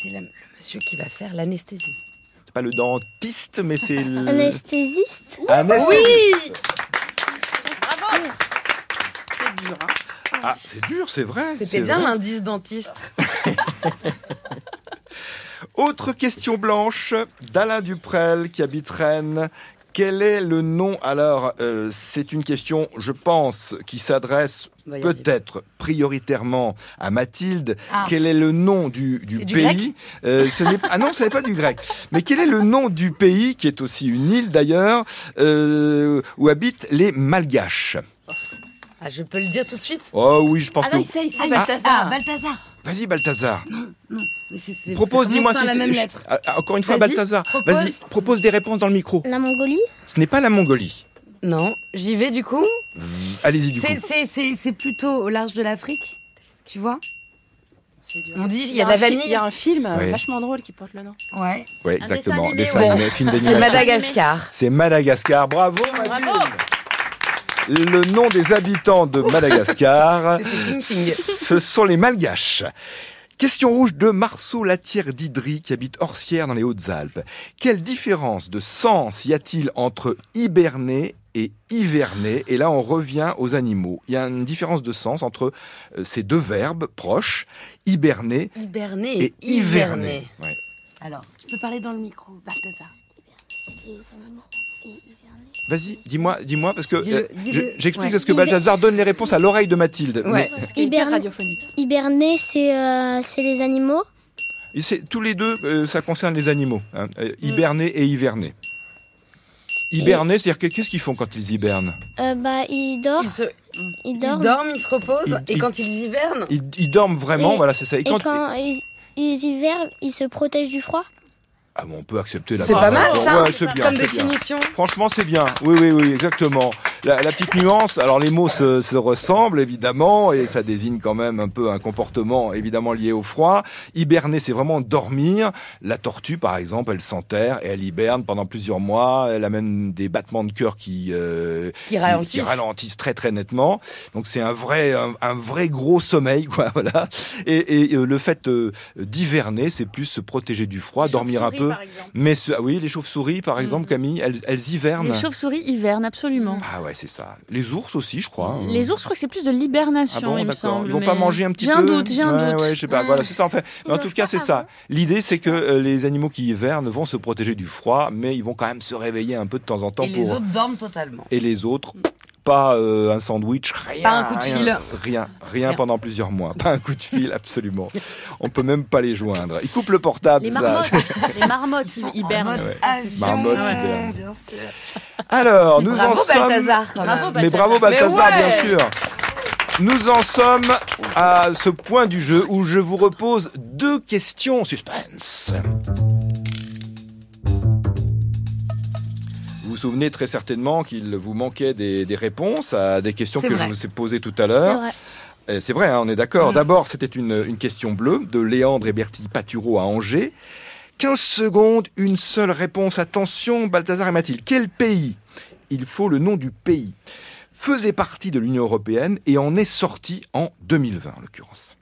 Speaker 5: c'est la- le monsieur qui va faire l'anesthésie.
Speaker 1: c'est pas le dentiste, mais c'est le...
Speaker 3: Anesthésiste
Speaker 1: Anesthésiste.
Speaker 5: C'est dur. hein.
Speaker 1: Ah, c'est dur, c'est vrai.
Speaker 5: C'était
Speaker 1: c'est
Speaker 5: bien
Speaker 1: vrai.
Speaker 5: l'indice dentiste.
Speaker 1: Autre question blanche d'Alain Duprel qui habite Rennes. Quel est le nom Alors, euh, c'est une question, je pense, qui s'adresse
Speaker 5: On va y arriver.
Speaker 1: peut-être prioritairement à Mathilde.
Speaker 5: Ah.
Speaker 1: Quel est le nom du, du
Speaker 5: C'est du
Speaker 1: pays Euh, ce n'est- Ah non, ce n'est pas du grec. Mais quel est le nom du pays, qui est aussi une île d'ailleurs, euh, où habitent les Malgaches
Speaker 5: Ah, je peux le dire tout de suite
Speaker 1: Oh oui, je pense
Speaker 2: Ah non,
Speaker 1: que...
Speaker 2: il sait, il sait.
Speaker 1: Ah,
Speaker 2: Balthazar.
Speaker 5: bah, Balthazar.
Speaker 1: Vas-y, Balthazar.
Speaker 5: Mais c'est- c'est-
Speaker 1: Propose,
Speaker 5: ça
Speaker 1: dis-moi
Speaker 5: commence
Speaker 1: si
Speaker 5: par la
Speaker 1: c'est...
Speaker 5: même
Speaker 1: je-
Speaker 5: lettre.
Speaker 1: Ah, ah, Encore une fois,
Speaker 5: Vas-y,
Speaker 1: Balthazar.
Speaker 5: propose.
Speaker 1: Vas-y, propose des réponses dans le micro.
Speaker 3: La Mongolie
Speaker 1: Ce n'est pas la Mongolie.
Speaker 5: Non, j'y vais du coup.
Speaker 1: Allez-y du coup.
Speaker 5: C'est- C'est c'est- c'est plutôt au large de l'Afrique, tu vois
Speaker 2: C'est dur.
Speaker 5: On dit, il
Speaker 2: Il
Speaker 5: y a de la
Speaker 2: un fi- Il y
Speaker 5: vanille.
Speaker 2: a un film euh,
Speaker 1: Oui.
Speaker 2: vachement drôle qui porte le nom.
Speaker 5: Ouais.
Speaker 1: Oui,
Speaker 4: dessin
Speaker 1: exactement.
Speaker 4: animé,
Speaker 1: Dessin
Speaker 5: ouais.
Speaker 1: animé, film
Speaker 5: C'est
Speaker 1: d'animation.
Speaker 5: Madagascar.
Speaker 1: C'est Madagascar. Bravo, Mathilde. Le nom des habitants de Madagascar,
Speaker 5: C'était Ting Ting.
Speaker 1: ce sont les Malgaches. Question rouge de Marceau Latière d'Idry qui habite Orsières dans les Hautes-Alpes. Quelle différence de sens y a-t-il entre hiberner et hiverner Et là, on revient aux animaux. Il y a une différence de sens entre euh, ces deux verbes proches, hiberner
Speaker 5: Hiberné
Speaker 1: et,
Speaker 5: et
Speaker 1: hiverner.
Speaker 5: hiverné.
Speaker 1: Ouais.
Speaker 5: Alors, tu peux parler dans le micro, Balthazar.
Speaker 1: Vas-y, dis-moi, dis-moi, parce que
Speaker 5: Dis-le,
Speaker 1: euh,
Speaker 5: dis-le.
Speaker 1: je- j'explique
Speaker 5: Ouais.
Speaker 1: parce que Balthazar donne les réponses à l'oreille de Mathilde.
Speaker 5: Ouais.
Speaker 2: Parce qu'il est hyper
Speaker 3: Hiberne-
Speaker 2: radiophonique.
Speaker 3: Hiberner, c'est euh, c'est les animaux.
Speaker 1: Mais c'est- tous les deux, euh, ça concerne les animaux, hein, euh,
Speaker 5: Mm.
Speaker 1: hiberner et hiverner. Hiberner, c'est-à-dire que- qu'est-ce qu'ils font quand ils hibernent
Speaker 3: Euh, bah, ils dorment.
Speaker 5: Ils, se-
Speaker 3: Ils
Speaker 5: ils
Speaker 3: dorment.
Speaker 5: dorment, ils se reposent,
Speaker 1: Ils-
Speaker 5: et quand ils hivernent,
Speaker 1: ils, ils dorment vraiment,
Speaker 3: Oui.
Speaker 1: voilà, c'est ça. Et
Speaker 3: Et
Speaker 1: quand-
Speaker 3: quand ils, ils hivernent, ils se protègent du froid.
Speaker 1: Ah bon, on peut accepter la
Speaker 5: C'est
Speaker 1: parole.
Speaker 5: pas mal,
Speaker 1: Ouais,
Speaker 5: ça,
Speaker 1: ouais, c'est bien,
Speaker 5: comme
Speaker 1: c'est bien.
Speaker 5: définition.
Speaker 1: Franchement, c'est bien. Oui, oui, oui, exactement. La, la petite nuance, alors les mots se, se ressemblent évidemment, et ça désigne quand même un peu un comportement évidemment lié au froid. Hiberner, c'est vraiment dormir. La tortue, par exemple, elle s'enterre et elle hiberne pendant plusieurs mois. Elle a même des battements de cœur qui, euh,
Speaker 5: Qui
Speaker 1: qui- qui
Speaker 5: ralentissent.
Speaker 1: ralentissent très très nettement. Donc c'est un vrai, un, un vrai gros sommeil, quoi, voilà. Et, et, euh, le fait euh, d'hiverner, c'est plus se protéger du froid, dormir un peu. Mais ce- ah oui, les chauves-souris, par exemple, Camille, elles, elles hivernent.
Speaker 4: Les chauves-souris hivernent, absolument.
Speaker 1: Ah ouais, c'est ça. Les ours aussi, je crois.
Speaker 4: Les ours, je crois que c'est plus de
Speaker 1: ah
Speaker 4: l'hibernation,
Speaker 1: bon,
Speaker 4: il me
Speaker 1: d'accord.
Speaker 4: semble.
Speaker 1: Ils vont
Speaker 4: mais-
Speaker 1: pas manger un petit
Speaker 4: J'ai
Speaker 1: peu
Speaker 4: un doute, j'ai un
Speaker 1: Ouais,
Speaker 4: doute.
Speaker 1: ouais, je sais pas.
Speaker 4: Mm.
Speaker 1: Voilà, c'est ça en fait. Mais en
Speaker 3: Ils
Speaker 1: tout
Speaker 3: mangent
Speaker 1: cas,
Speaker 3: pas
Speaker 1: c'est ça. L'idée, c'est que euh, les animaux qui hivernent vont se protéger du froid, mais ils vont quand même se réveiller un peu de temps en temps
Speaker 5: et
Speaker 1: pour.
Speaker 5: les autres dorment totalement.
Speaker 1: Et les autres, pas euh, un sandwich, rien.
Speaker 5: Pas un coup de
Speaker 1: rien,
Speaker 5: fil.
Speaker 1: Rien, rien
Speaker 5: Rien.
Speaker 1: pendant plusieurs mois. Pas un coup de fil, absolument. On peut même pas les joindre. Ils coupent le portable.
Speaker 4: Les
Speaker 1: ça.
Speaker 4: marmottes, les marmottes
Speaker 5: Ils sont en
Speaker 4: hibernent.
Speaker 5: mode
Speaker 1: Ouais.
Speaker 5: avion,
Speaker 1: Marmotte
Speaker 5: ouais.
Speaker 1: Bah, hiberne.
Speaker 5: bien sûr.
Speaker 1: Alors, nous en
Speaker 5: Bravo
Speaker 1: sommes.
Speaker 5: Balthazar, quand
Speaker 4: Bravo,
Speaker 5: même.
Speaker 4: Balthazar.
Speaker 1: Mais bravo Balthazar,
Speaker 5: Mais ouais
Speaker 1: bien sûr. Nous en sommes à ce point du jeu où je vous repose deux questions suspense. Vous vous souvenez très certainement qu'il vous manquait des, des réponses à des questions
Speaker 5: C'est
Speaker 1: que
Speaker 5: vrai.
Speaker 1: je vous ai posées tout à
Speaker 4: C'est
Speaker 1: l'heure.
Speaker 4: vrai.
Speaker 1: Et C'est vrai, hein, on est d'accord.
Speaker 5: Mm.
Speaker 1: D'abord, c'était une, une question bleue de Léandre et Bertie Patureau à Angers. 15 secondes, une seule réponse. Attention, Balthazar et Mathilde. Quel pays Il faut le nom du pays. Faisait partie de l'Union européenne et en est sorti en 2020, en l'occurrence.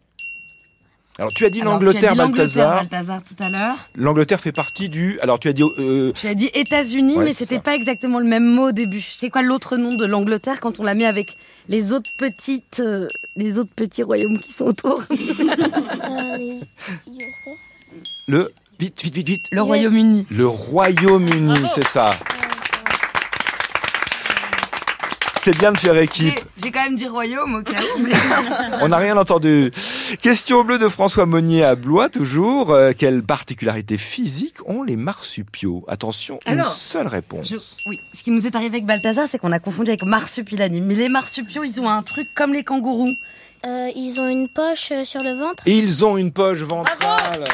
Speaker 1: Alors, tu as dit
Speaker 5: Alors,
Speaker 1: l'Angleterre,
Speaker 5: tu as dit l'Angleterre,
Speaker 1: Balthazar.
Speaker 5: Balthazar, tout à l'heure.
Speaker 1: L'Angleterre fait partie du. Alors, tu as dit. euh,
Speaker 5: Tu as dit États-Unis,
Speaker 1: Ouais,
Speaker 5: mais
Speaker 1: c'est
Speaker 5: c'était
Speaker 1: ça.
Speaker 5: pas exactement le même mot au début. C'est quoi l'autre nom de l'Angleterre quand on la met avec les autres petites, euh, les autres petits royaumes qui sont autour
Speaker 3: Euh, les USA.
Speaker 1: le. Vite, vite, vite, vite.
Speaker 5: Le
Speaker 3: Yes.
Speaker 5: Royaume-Uni.
Speaker 1: Le Royaume-Uni, c'est ça. C'est bien de faire équipe.
Speaker 5: J'ai quand même dit royaume au cas où.
Speaker 1: On n'a rien entendu. Question bleue de François Monnier à Blois, toujours. Euh, quelles particularités physiques ont les marsupiaux Attention, une
Speaker 5: Alors,
Speaker 1: seule réponse.
Speaker 5: Oui, ce qui nous est arrivé avec Balthazar, c'est qu'on a confondu avec marsupilani. Mais les marsupiaux, ils ont un truc comme les kangourous.
Speaker 3: Euh, ils ont une poche euh, sur le ventre.
Speaker 1: Ils ont une poche
Speaker 5: Ah,
Speaker 1: ventrale.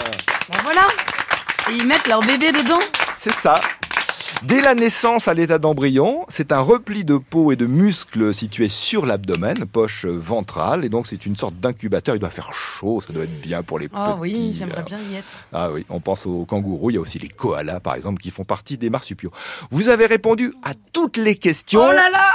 Speaker 5: Ben voilà. Et ils mettent leur bébé dedans.
Speaker 1: C'est ça. Dès la naissance à l'état d'embryon, c'est un repli de peau et de muscles situé sur l'abdomen, poche ventrale, et donc c'est une sorte d'incubateur. Il doit faire chaud, ça doit être bien pour les
Speaker 5: Oh
Speaker 1: petits.
Speaker 5: oui, j'aimerais bien y être.
Speaker 1: Ah oui, on pense aux kangourous, il y a aussi les koalas par exemple qui font partie des marsupiaux. Vous avez répondu à toutes les questions.
Speaker 5: Oh là là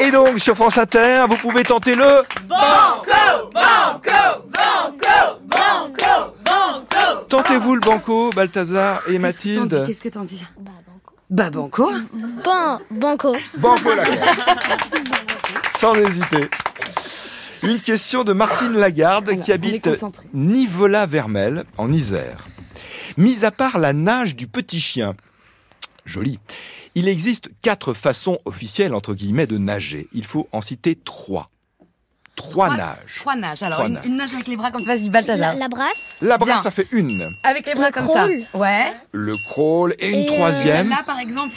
Speaker 1: Et donc, sur France Inter, vous pouvez tenter le...
Speaker 5: Banco Banco Banco Banco Banco
Speaker 1: Tentez-vous le banco, Balthazar et Mathilde.
Speaker 5: Qu'est-ce que t'en dis
Speaker 3: Bah, banco.
Speaker 5: Bah banco
Speaker 3: Ban, banco.
Speaker 1: Banco Lagarde. Sans hésiter. Une question de Martine Lagarde qui habite Nivola-Vermel en Isère. Mis à part la nage du petit chien, joli, il existe quatre façons officielles entre guillemets de nager. Il faut en citer trois. Trois,
Speaker 5: Trois-
Speaker 1: nages.
Speaker 5: Trois nages. Alors
Speaker 1: Trois
Speaker 5: une,
Speaker 1: nages.
Speaker 5: une nage avec les bras comme ça, vas-y
Speaker 3: La,
Speaker 5: Balthazar.
Speaker 3: la brasse.
Speaker 1: La brasse,
Speaker 5: Bien.
Speaker 1: ça fait une.
Speaker 5: Avec les bras
Speaker 3: Le
Speaker 5: comme
Speaker 3: crawl.
Speaker 5: ça. Ouais.
Speaker 1: Le crawl et une
Speaker 3: Et, euh,
Speaker 1: troisième.
Speaker 5: Là par exemple.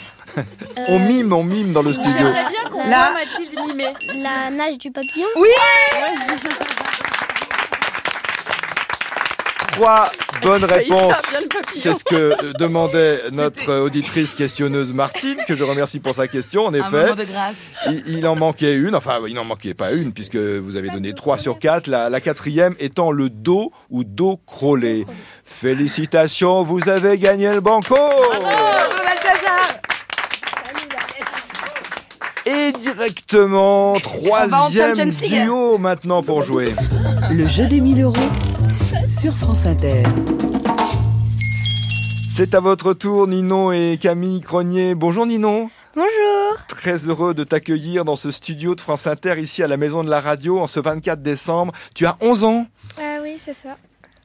Speaker 1: On
Speaker 3: Euh,
Speaker 1: mime, on mime dans le studio.
Speaker 4: J'aimerais bien qu'on
Speaker 5: Là.
Speaker 4: voit Mathilde mimer.
Speaker 3: La nage du papillon.
Speaker 1: Trois bonnes réponses.
Speaker 2: Bien le papillon.
Speaker 1: C'est ce que euh, demandait notre auditrice questionneuse Martine, que je remercie pour sa question, en
Speaker 5: Un moment
Speaker 1: effet.
Speaker 5: de grâce.
Speaker 1: Il, il en manquait une, enfin il n'en manquait pas une, puisque vous avez donné trois sur quatre, la, la quatrième étant le dos ou dos crawlé. Félicitations, vous avez gagné le banco bah,
Speaker 5: Bravo Oh, Balthazar.
Speaker 1: Et directement,
Speaker 5: en
Speaker 1: troisième
Speaker 5: Champions League.
Speaker 1: duo maintenant pour jouer.
Speaker 7: Le jeu des 1000 euros sur France Inter.
Speaker 1: C'est à votre tour, Ninon et Camille Cronier. Bonjour Ninon
Speaker 3: Bonjour.
Speaker 1: Très heureux de t'accueillir dans ce studio de France Inter, ici à la Maison de la Radio, en ce 24 décembre. Tu as 11 ans
Speaker 3: Ah oui, c'est ça.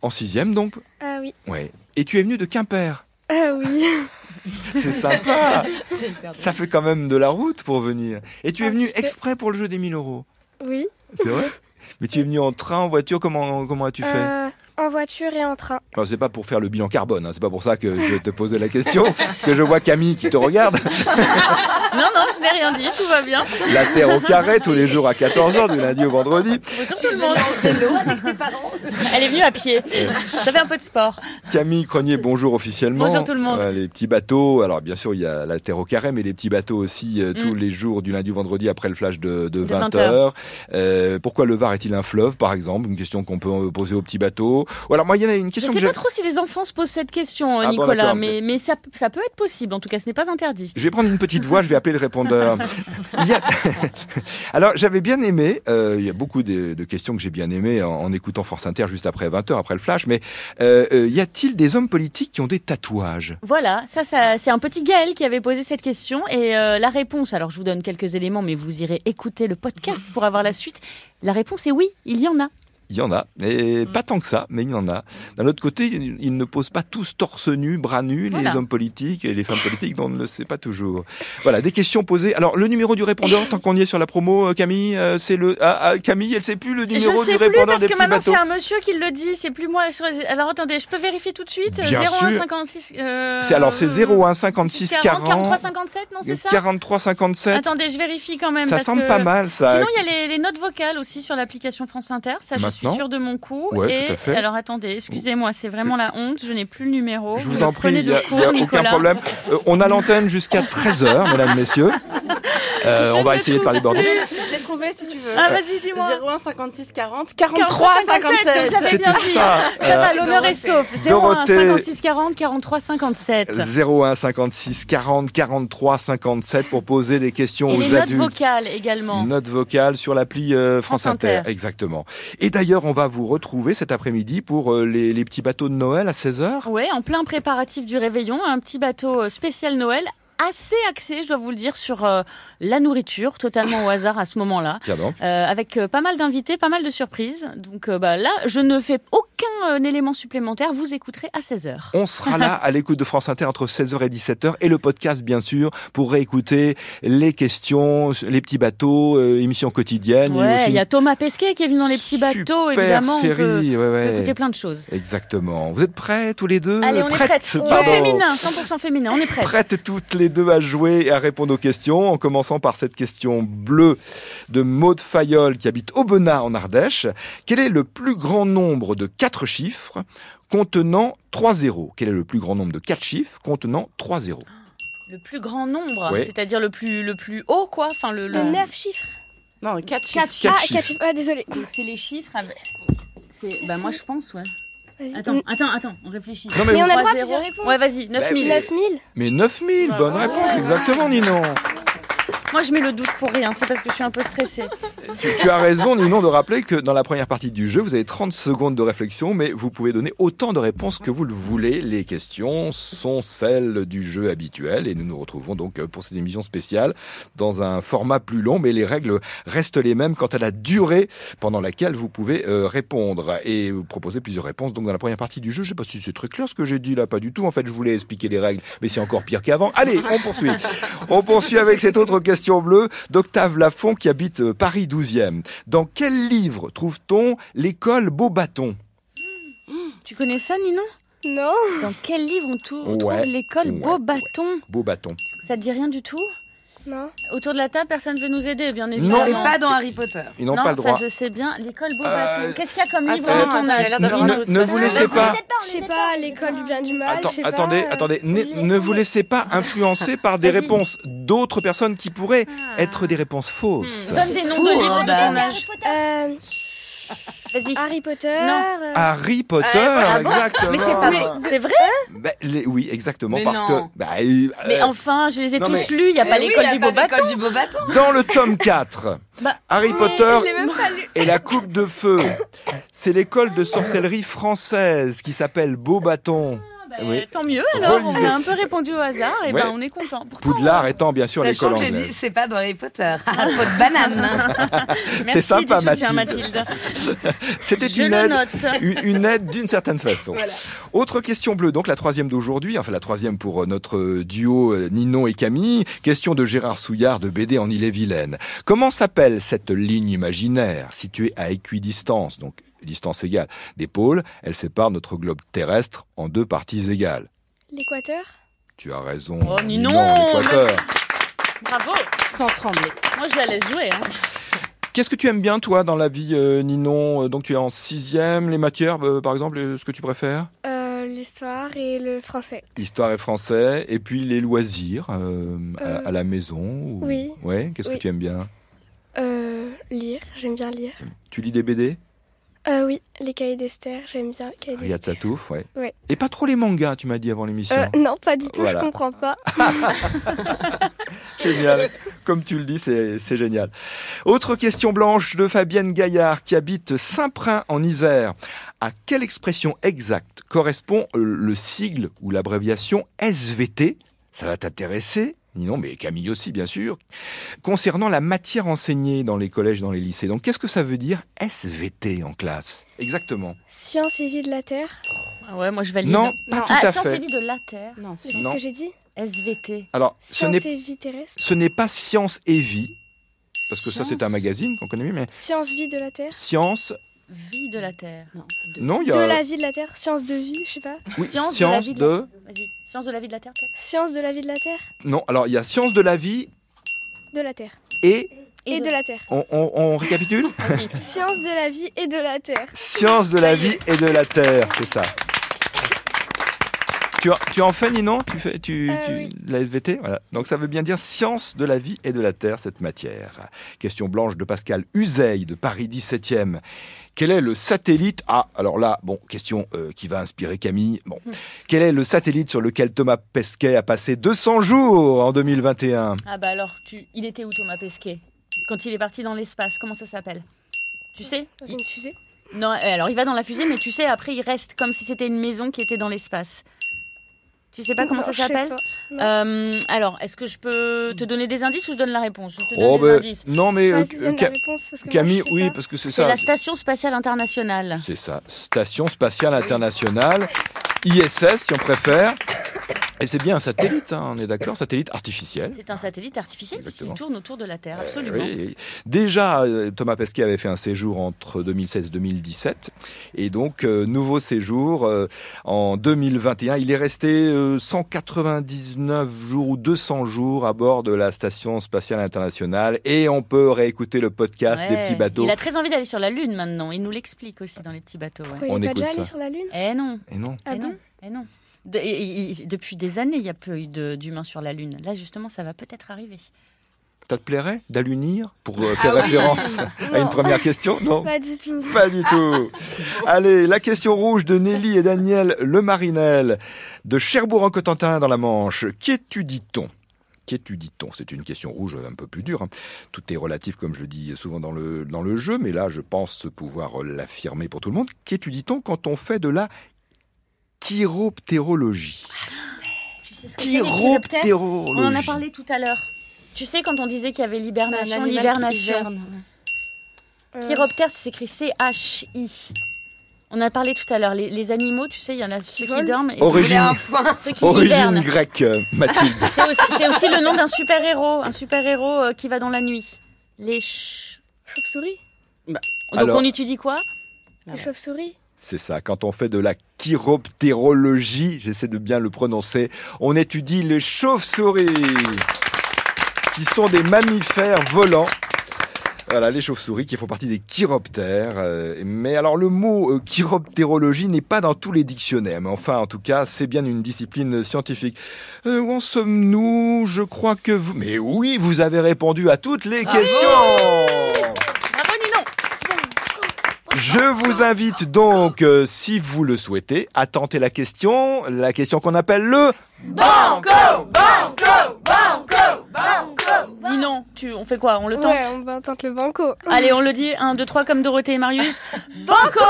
Speaker 1: En sixième donc
Speaker 3: Ah oui.
Speaker 1: Ouais. Et tu es venu de Quimper.
Speaker 3: Ah oui.
Speaker 1: C'est sympa. Ça fait quand même de la route pour venir. Et tu es
Speaker 3: Un
Speaker 1: venu
Speaker 3: petit peu.
Speaker 1: exprès pour le jeu des 1000 euros.
Speaker 3: Oui.
Speaker 1: C'est vrai Mais tu es venu en train, en voiture, comment, comment as-tu fait
Speaker 3: Euh. en voiture et en train.
Speaker 1: Alors, C'est pas pour faire le bilan carbone, hein, c'est pas pour ça que je te posais la question. parce que je vois Camille qui te regarde.
Speaker 4: Non, non, je n'ai rien dit, tout va bien.
Speaker 1: La terre au carré tous les jours à 14h, du lundi au vendredi.
Speaker 4: Bonjour tout le monde. Elle est venue à pied. Ça fait un peu de sport.
Speaker 1: Camille Cronier, bonjour officiellement.
Speaker 4: Bonjour tout le monde.
Speaker 1: Euh, les petits bateaux, alors bien sûr il y a la Terre au carré, mais les petits bateaux aussi euh,
Speaker 4: Mm.
Speaker 1: tous les jours du lundi au vendredi après le flash de, de 20h.
Speaker 4: 20
Speaker 1: pourquoi le Var est-il un fleuve par exemple Une question qu'on peut euh, poser aux petits bateaux. Ou alors moi il y en a une
Speaker 4: Je
Speaker 1: question
Speaker 4: ne sais
Speaker 1: que
Speaker 4: pas
Speaker 1: j'ai...
Speaker 4: trop si les enfants se posent cette question,
Speaker 1: Ah bon,
Speaker 4: Nicolas,
Speaker 1: d'accord,
Speaker 4: mais, mais ça, ça peut être possible. En tout cas, ce n'est pas interdit.
Speaker 1: Je vais prendre une petite voix, je vais appeler le répondeur. Il y a- Alors j'avais bien aimé, euh, il y a beaucoup de, de questions que j'ai bien aimées en, en écoutant Force Inter juste après 20h, après le flash, mais euh, euh, y a-t-il des hommes politiques qui ont des tatouages
Speaker 4: Voilà, ça, ça c'est un petit Gaël qui avait posé cette question et euh, la réponse. Alors, je vous donne quelques éléments, mais vous irez écouter le podcast pour avoir la suite. La réponse est oui, il y en a.
Speaker 1: Il y en a, et
Speaker 4: Mm.
Speaker 1: pas tant que ça, mais il y en a. D'un autre côté, ils ne posent pas tous torse nu, bras nus, les
Speaker 4: Voilà.
Speaker 1: hommes politiques et les femmes politiques, dont on ne le sait pas toujours. Voilà, des questions posées. Alors, le numéro du répondeur, tant qu'on y est sur la promo, euh, Camille, euh, c'est le. Ah, ah, Camille, elle sait plus le numéro
Speaker 4: je
Speaker 1: du
Speaker 4: sais plus
Speaker 1: répondeur
Speaker 4: parce
Speaker 1: des
Speaker 4: que
Speaker 1: petits
Speaker 4: maintenant
Speaker 1: bateaux.
Speaker 4: c'est un monsieur qui le dit, c'est plus moi. sur les- Alors attendez, je peux vérifier tout de suite.
Speaker 1: Bien
Speaker 4: 01
Speaker 1: sûr.
Speaker 4: 56. euh,
Speaker 1: C'est alors, c'est 01 56 40,
Speaker 4: 43 57, non c'est ça
Speaker 1: 43 57.
Speaker 4: Attendez, je vérifie quand même.
Speaker 1: ça
Speaker 4: parce
Speaker 1: semble
Speaker 4: que-
Speaker 1: pas mal, ça.
Speaker 4: Sinon, il y a les, les notes vocales aussi sur l'application France Inter. Ça, je suis
Speaker 1: Maintenant
Speaker 4: sûre de mon coup.
Speaker 1: Ouais,
Speaker 4: et
Speaker 1: tout à fait.
Speaker 4: alors, attendez, excusez-moi, c'est vraiment la honte. Je n'ai plus le numéro.
Speaker 1: Je
Speaker 4: me
Speaker 1: vous en prie,
Speaker 4: prenez
Speaker 1: il
Speaker 4: de
Speaker 1: n'y a,
Speaker 4: court,
Speaker 1: il y a aucun
Speaker 4: Nicolas.
Speaker 1: problème. Euh, on a l'antenne jusqu'à 13h, mesdames, messieurs. Euh,
Speaker 4: Je
Speaker 1: on va
Speaker 4: ne
Speaker 1: essayer de parler
Speaker 4: trouve
Speaker 1: bordel.
Speaker 2: Je l'ai trouvé si tu veux.
Speaker 4: Ah, vas-y, dis-moi.
Speaker 2: 01 56 40 43
Speaker 4: 57,
Speaker 2: 57.
Speaker 4: donc j'avais
Speaker 1: C'était
Speaker 4: bien dit. hein.
Speaker 1: ça.
Speaker 4: Ça
Speaker 1: euh,
Speaker 4: va, l'honneur est sauf. 01
Speaker 1: Dorothée.
Speaker 4: 56 40 43 57.
Speaker 1: 01 56 40 43 57 pour poser des questions
Speaker 4: Et
Speaker 1: aux
Speaker 4: les notes
Speaker 1: adultes.
Speaker 4: vocales également.
Speaker 1: Note vocale sur l'appli euh, France,
Speaker 4: France
Speaker 1: Inter.
Speaker 4: Inter.
Speaker 1: exactement. Et d'ailleurs, on va vous retrouver cet après-midi pour euh, les, les petits bateaux de Noël à 16h.
Speaker 4: Ouais, en plein préparatif du réveillon, un petit bateau euh, spécial Noël assez axé, je dois vous le dire, sur euh, la nourriture, totalement au hasard à ce moment-là,
Speaker 1: Tiens donc.
Speaker 4: euh, avec euh, pas mal d'invités, pas mal de surprises. Donc euh, bah, là, je ne fais aucun euh, élément supplémentaire, vous écouterez à 16h.
Speaker 1: On sera là à l'écoute de France Inter entre 16h et 17h et le podcast bien sûr pour réécouter les questions, les petits bateaux, euh, émissions quotidiennes. et
Speaker 4: Ouais,
Speaker 1: aussi
Speaker 4: il y a Thomas Pesquet qui est venu dans les petits
Speaker 1: une
Speaker 4: bateaux,
Speaker 1: super
Speaker 4: évidemment. on
Speaker 1: Série,
Speaker 4: peut-
Speaker 1: ouais,
Speaker 4: on peut
Speaker 1: ouais.
Speaker 4: écouter plein de choses.
Speaker 1: Exactement. Vous êtes prêts tous les deux
Speaker 4: Allez, on est prêtes.
Speaker 1: Prêtes,
Speaker 4: 100%
Speaker 1: pardon.
Speaker 4: féminin, 100% féminin, on est prêtes.
Speaker 1: prêtes toutes les deux à jouer et à répondre aux questions, en commençant par cette question bleue de Maude Fayol qui habite Aubenas en Ardèche. Quel est le plus grand nombre de quatre chiffres contenant trois zéros Quel est le plus grand nombre de quatre chiffres contenant trois zéros
Speaker 4: Le plus grand nombre,
Speaker 1: Ouais.
Speaker 4: c'est-à-dire le plus, le plus haut, quoi. Enfin, le,
Speaker 3: Le
Speaker 4: le-
Speaker 3: 9 chiffres.
Speaker 2: Non, 4
Speaker 1: Euh, Quatre
Speaker 3: ah,
Speaker 1: chiffres.
Speaker 3: quatre chiffres. Ah, désolé.
Speaker 4: C'est les chiffres. avec- C'est... Bah, moi, je pense, ouais.
Speaker 3: Vas-y.
Speaker 4: Attends, attends, attends, on réfléchit.
Speaker 1: Non, mais Bah,
Speaker 3: Mm. Mais
Speaker 1: vous-
Speaker 3: on a le droit à
Speaker 4: 3-0.
Speaker 3: plusieurs réponses.
Speaker 4: Ouais, vas-y, 9000.
Speaker 1: Bah oui.
Speaker 3: 9000
Speaker 1: Mais 9000, bonne
Speaker 2: Bravo.
Speaker 1: réponse, exactement Ninon
Speaker 4: Moi, je mets le doute pour rien. C'est parce que je suis un peu stressée.
Speaker 1: Tu, tu as raison, Ninon, de rappeler que dans la première partie du jeu, vous avez 30 secondes de réflexion, mais vous pouvez donner autant de réponses que vous le voulez. Les questions sont celles du jeu habituel et nous nous retrouvons donc euh, pour cette émission spéciale dans un format plus long, mais les règles restent les mêmes quant à la durée pendant laquelle vous pouvez euh, répondre et vous proposer plusieurs réponses. Donc dans la première partie du jeu, je sais pas si c'est très clair ce que j'ai dit là, pas du tout. En fait, je voulais expliquer les règles, mais c'est encore pire qu'avant. Allez, on poursuit. On poursuit avec cette autre question bleue d'Octave Lafont qui habite euh, Paris 12e. Dans quel livre trouve-t-on l'école Beau Bâton
Speaker 4: Tu connais ça, Ninon
Speaker 3: Non.
Speaker 4: Dans quel livre on tou-
Speaker 1: Ouais,
Speaker 4: trouve l'école
Speaker 1: ouais,
Speaker 4: Beau
Speaker 1: ouais.
Speaker 4: Bâton
Speaker 1: Beau Bâton.
Speaker 4: Ça te dit rien du tout
Speaker 3: Non.
Speaker 4: Autour de la table, personne ne veut nous aider, bien
Speaker 1: Non.
Speaker 4: évidemment.
Speaker 5: C'est pas dans Harry Potter.
Speaker 1: Ils n'ont pas le droit.
Speaker 4: ça je sais bien. L'école Beau
Speaker 1: Euh,
Speaker 4: Bâton. Qu'est-ce qu'il y a comme livre
Speaker 2: attends,
Speaker 4: dans ton
Speaker 2: attends,
Speaker 4: âge
Speaker 2: elle a Ah, l'air
Speaker 1: Ne-
Speaker 2: d'avoir un
Speaker 1: ne-
Speaker 2: autre
Speaker 1: ne vous
Speaker 2: passage.
Speaker 1: laissez pas.
Speaker 3: Je sais pas, l'école du bien du mal.
Speaker 1: Attends, attendez, attendez, ne, ne vous laissez pas influencer par des
Speaker 4: Vas-y.
Speaker 1: réponses d'autres personnes qui pourraient être des réponses fausses.
Speaker 4: Donne des noms
Speaker 5: Fou,
Speaker 4: de
Speaker 5: hein,
Speaker 4: livres de ton
Speaker 5: Dan.
Speaker 4: âge.
Speaker 5: Ah,
Speaker 4: Vas-y.
Speaker 3: Euh, Harry Potter. euh,
Speaker 4: Non.
Speaker 1: Harry Potter, exactement.
Speaker 4: Ah, Mais c'est pas vrai. C'est vrai
Speaker 1: Bah, les- oui, exactement,
Speaker 5: Mais
Speaker 1: parce
Speaker 5: non.
Speaker 1: que bah, euh,
Speaker 4: Mais enfin, je les ai
Speaker 1: non,
Speaker 4: tous
Speaker 1: mais-
Speaker 4: lus. Il n'y a pas
Speaker 5: Eh oui,
Speaker 4: l'école
Speaker 5: y a
Speaker 4: du
Speaker 5: pas
Speaker 4: Beau Bâton.
Speaker 5: l'école du beau bâton.
Speaker 1: dans le tome 4,
Speaker 4: Bah,
Speaker 1: Harry Potter
Speaker 5: Je l'ai même pas lu.
Speaker 1: et la coupe de feu, c'est l'école de sorcellerie française qui s'appelle Beau Bâton.
Speaker 4: Bah,
Speaker 1: Ah Oui.
Speaker 4: Tant mieux alors, on
Speaker 1: Relisez.
Speaker 4: a un peu répondu au hasard et
Speaker 1: Ouais.
Speaker 4: ben on est content. Pourtant,
Speaker 1: Poudlard étant bien sûr l'école
Speaker 5: Sachant que j'ai
Speaker 1: anglaise.
Speaker 5: dit, c'est pas dans Harry Potter. Ah, Peau de banane.
Speaker 4: merci
Speaker 1: C'est sympa,
Speaker 4: du soutien,
Speaker 1: Mathilde.
Speaker 4: Mathilde.
Speaker 1: C'était
Speaker 4: Je
Speaker 1: une
Speaker 4: le
Speaker 1: aide,
Speaker 4: note.
Speaker 1: une, une aide d'une certaine façon. Autre question bleue, donc la troisième d'aujourd'hui, enfin la troisième pour euh, notre euh, duo euh, Ninon et Camille. Question de Gérard Souillard de BD en Ille-et-Vilaine. Comment s'appelle cette ligne imaginaire située à équidistance, donc distance égale, des pôles Elle sépare notre globe terrestre en deux parties égales.
Speaker 3: L'équateur.
Speaker 1: Tu as raison.
Speaker 4: Oh, Ninon,
Speaker 1: l'équateur.
Speaker 4: Bravo.
Speaker 2: Sans trembler.
Speaker 4: Moi je la laisse jouer. hein.
Speaker 1: Qu'est-ce que tu aimes bien toi dans la vie, euh, Ninon Euh, Donc tu es en sixième, les matières, euh, par exemple, euh, ce que tu préfères
Speaker 3: Euh, L'histoire et le français.
Speaker 1: Histoire et français, et puis les loisirs euh, à-
Speaker 3: Euh,
Speaker 1: à, la maison. ou-
Speaker 3: oui.
Speaker 1: Ouais, qu'est-ce
Speaker 3: Oui.
Speaker 1: que tu aimes bien
Speaker 3: Euh, lire, j'aime bien lire.
Speaker 1: Tu lis des BD
Speaker 3: Euh, oui, les cahiers d'Esther, j'aime bien les cahiers
Speaker 1: Riyad
Speaker 3: d'Esther.
Speaker 1: Satouf, ouais.
Speaker 3: Ouais.
Speaker 1: Et pas trop les mangas, tu m'as dit avant l'émission.
Speaker 3: Euh, non, pas du tout,
Speaker 1: Voilà.
Speaker 3: je comprends pas.
Speaker 1: Génial. Comme tu le dis, c'est c'est génial. Autre question blanche de Fabienne Gaillard qui habite Saint-Prin en Isère. À quelle expression exacte correspond euh, le sigle ou l'abréviation SVT Ça va t'intéresser non, mais Camille aussi, bien sûr. Concernant la matière enseignée dans les collèges, dans les lycées. Donc, qu'est-ce que ça veut dire SVT en classe Exactement.
Speaker 3: Science et vie de la Terre,
Speaker 4: Ah ouais, moi je valide.
Speaker 1: Non, pas
Speaker 2: Non.
Speaker 1: tout
Speaker 4: Ah,
Speaker 1: à
Speaker 4: sciences et
Speaker 1: fait.
Speaker 4: vie de la Terre.
Speaker 2: Non,
Speaker 3: c'est ce
Speaker 1: Non.
Speaker 3: que j'ai dit.
Speaker 4: SVT.
Speaker 1: Alors, ce n'est
Speaker 3: Science et vie terrestre.
Speaker 1: ce n'est pas science et vie, parce que ça, c'est un
Speaker 4: Science,
Speaker 1: magazine qu'on connaît bien, mais
Speaker 3: Science vie de la Terre.
Speaker 1: science
Speaker 4: Vie de la Terre.
Speaker 2: non.
Speaker 1: Non, il y
Speaker 3: De
Speaker 1: a
Speaker 3: la vie de la Terre, science de vie, je sais pas.
Speaker 1: oui,
Speaker 4: Science
Speaker 1: science,
Speaker 4: de la vie
Speaker 1: de,
Speaker 4: de la- Vas-y. Science de la vie de la Terre. peut-être
Speaker 3: Science de la vie de la Terre,
Speaker 1: non. Alors il y a science de la vie
Speaker 3: de la Terre.
Speaker 1: et
Speaker 3: Et, de... la Terre.
Speaker 1: on, on- on récapitule
Speaker 4: Vas-y.
Speaker 3: Science de la vie et de la Terre.
Speaker 1: science de la vie et de la terre, c'est ça. Tu, en- tu en fais Ninon Tu fais tu,
Speaker 3: Euh,
Speaker 1: tu-
Speaker 3: oui.
Speaker 1: la SVT voilà. Donc ça veut bien dire science de la vie et de la terre cette matière. Question blanche de Pascal Uzeil de Paris 17e. Quel est le satellite Ah, alors là, bon, question euh, qui va inspirer Camille. Bon, quel est le satellite sur lequel Thomas Pesquet a passé 200 jours en 2021
Speaker 4: Ah bah alors, tu... il était où Thomas Pesquet Quand il est parti dans l'espace, comment ça s'appelle Tu sais
Speaker 3: Dans
Speaker 4: Il-
Speaker 3: une fusée.
Speaker 4: Non, euh, alors il va dans la fusée, mais tu sais, après il reste comme si c'était une maison qui était dans l'espace. Tu sais pas Bah, comment
Speaker 3: Non,
Speaker 4: ça
Speaker 3: je sais
Speaker 4: s'appelle
Speaker 3: pas.
Speaker 4: Euh, Alors, est-ce que je peux te donner des indices ou je donne la réponse Je te donne
Speaker 1: Oh,
Speaker 4: des
Speaker 1: ben,
Speaker 4: indices.
Speaker 1: non, mais euh,
Speaker 3: Vas-y, donne
Speaker 1: Ca-
Speaker 3: la réponse, parce que moi,
Speaker 1: Camille,
Speaker 3: je sais
Speaker 1: oui,
Speaker 3: pas.
Speaker 1: parce que c'est
Speaker 4: C'est
Speaker 1: ça.
Speaker 4: la Station Spatiale Internationale.
Speaker 1: C'est ça, Station Spatiale Internationale, ISS si on préfère. Et c'est bien un satellite, hein, on est d'accord, satellite artificiel.
Speaker 4: C'est un satellite artificiel parce qu'il
Speaker 1: Exactement.
Speaker 4: tourne autour de la Terre, absolument.
Speaker 1: Euh, oui, oui. Déjà, euh, Thomas Pesquet avait fait un séjour entre 2016 et 2017. Et donc, euh, nouveau séjour euh, en 2021. Il est resté euh, 199 jours ou 200 jours à bord de la Station Spatiale Internationale. Et on peut réécouter le podcast des
Speaker 4: Ouais.
Speaker 1: petits bateaux.
Speaker 4: Il a très envie d'aller sur la Lune maintenant. Il nous l'explique aussi dans les petits bateaux. ouais.
Speaker 3: Pourquoi il
Speaker 1: On
Speaker 3: est pas
Speaker 1: écoute
Speaker 3: déjà allé
Speaker 1: ça.
Speaker 3: sur la Lune
Speaker 4: Eh non
Speaker 1: Et non
Speaker 3: Ah
Speaker 4: Eh
Speaker 3: bon
Speaker 4: non, eh non. De- et- et- et- depuis des années, il n'y a plus eu de- d'humains sur la Lune. Là, justement, ça va peut-être arriver.
Speaker 1: Ça te plairait d'allunir pour euh,
Speaker 4: Ah
Speaker 1: faire référence à Ah, une première question Non
Speaker 3: Pas du tout.
Speaker 1: Pas du tout. Allez, la question rouge de Nelly et Daniel Le Marinel de Cherbourg en Cotentin dans la Manche. Qu'étudie-t-on qu'étudie-t-on C'est une question rouge un peu plus dure. hein. Tout est relatif, comme je le dis souvent dans le, dans le jeu, mais là, je pense pouvoir l'affirmer pour tout le monde. Qu'étudie-t-on quand on fait de la chiroptérologie
Speaker 4: Ah, Tu sais ce que c'est, les chiroptères
Speaker 1: Chiroptérologie.
Speaker 4: On en a parlé tout à l'heure. Tu sais, quand on disait qu'il y avait
Speaker 2: C'est un
Speaker 4: l'hibernation,
Speaker 2: animal qui
Speaker 4: l'hivernation.
Speaker 2: hiverne.
Speaker 3: Euh,
Speaker 4: Chiroptère, c'est écrit C-H-I. On en a parlé tout à l'heure. Les, les animaux, tu sais, il y en a ceux qui
Speaker 2: volent.
Speaker 4: dorment et ceux-
Speaker 5: J'ai un
Speaker 1: Origine,
Speaker 5: point.
Speaker 4: ceux qui
Speaker 1: origine
Speaker 4: hibernent.
Speaker 1: grecque, euh, Mathilde.
Speaker 4: C'est aussi, c'est aussi le nom d'un super-héros, un super-héros euh, qui va dans la nuit. Les ch...
Speaker 3: Chauve-souris
Speaker 4: Donc
Speaker 1: Alors-
Speaker 4: on étudie quoi
Speaker 2: Ah
Speaker 4: bah.
Speaker 3: Les
Speaker 2: ouais.
Speaker 3: chauves-souris
Speaker 1: C'est ça, quand on fait de la chiroptérologie, j'essaie de bien le prononcer, on étudie les chauves-souris, qui sont des mammifères volants. Voilà, les chauves-souris qui font partie des chiroptères. euh, mais alors le mot euh, chiroptérologie n'est pas dans tous les dictionnaires, mais enfin en tout cas c'est bien une discipline scientifique. Euh, où en sommes-nous Je crois que vous... Mais oui, vous avez répondu à toutes les questions
Speaker 4: Bravo Ninon
Speaker 1: je vous invite donc, euh, si vous le souhaitez, à tenter la question, la question qu'on appelle le...
Speaker 4: Ninon, tu, on fait quoi On le tente
Speaker 3: Ouais, on va tenter le banco.
Speaker 4: Allez, on le dit, 1, 2, 3, comme Dorothée et Marius. Banco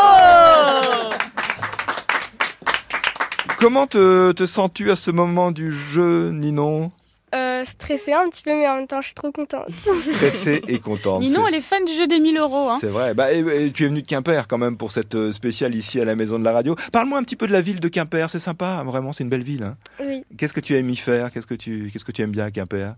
Speaker 1: Comment te, te sens-tu à ce moment du jeu, Ninon
Speaker 3: Euh, stressée un petit peu, mais en même temps, je suis trop contente.
Speaker 1: Stressée et contente.
Speaker 4: Ninon,
Speaker 1: c'est-
Speaker 4: elle est fan du jeu des 1000 euros. Hein.
Speaker 1: C'est vrai. Bah, et- et tu es venu de Quimper quand même pour cette euh, spéciale ici à la Maison de la Radio. Parle-moi un petit peu de la ville de Quimper. C'est sympa, vraiment, c'est une belle ville. hein.
Speaker 3: Oui,
Speaker 1: Qu'est-ce que tu aimes y faire Qu'est-ce que tu qu'est-ce que tu aimes bien à Quimper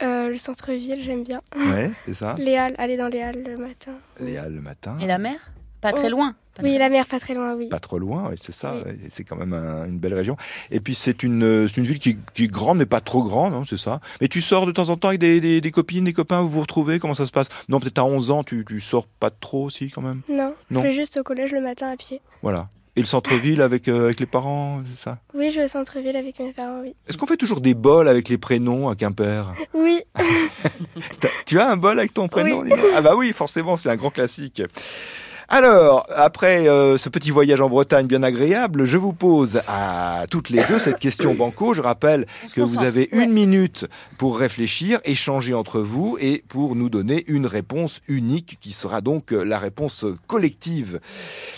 Speaker 3: euh, le centre-ville, j'aime bien.
Speaker 1: Ouais, c'est ça.
Speaker 3: Les halles, aller dans les halles le matin.
Speaker 4: Euh,
Speaker 1: Léa le matin.
Speaker 4: Et la mer Pas très loin. Pas
Speaker 3: Oui, la mer pas très loin, oui.
Speaker 1: Pas trop loin, et c'est ça,
Speaker 3: Oui.
Speaker 1: et c'est quand même un- une belle région. Et puis c'est une, euh, c'est une ville qui, qui est grande, mais pas trop grande, hein, c'est ça. Mais tu sors de temps en temps avec des, des- des copines, des copains, vous vous retrouvez, comment ça se passe Non, peut-être à 11 ans, tu, tu sors pas trop aussi quand même.
Speaker 3: Non,
Speaker 1: Non.
Speaker 3: je vais juste au collège le matin à pied.
Speaker 1: Voilà. Et le centre-ville avec, euh, avec les parents, c'est ça
Speaker 3: Oui, je vais au centre-ville avec mes parents, oui.
Speaker 1: Est-ce qu'on fait toujours des bols avec les prénoms à Quimper
Speaker 3: Oui,
Speaker 1: T'as- Tu as un bol avec ton prénom Nina Ah bah oui, forcément, c'est un grand classique. Alors, après euh, ce petit voyage en Bretagne bien agréable, je vous pose à toutes les deux cette question banco. Je rappelle
Speaker 4: On se
Speaker 1: que vous
Speaker 4: concentre.
Speaker 1: avez une minute pour réfléchir, échanger entre vous et pour nous donner une réponse unique qui sera donc euh, la réponse collective.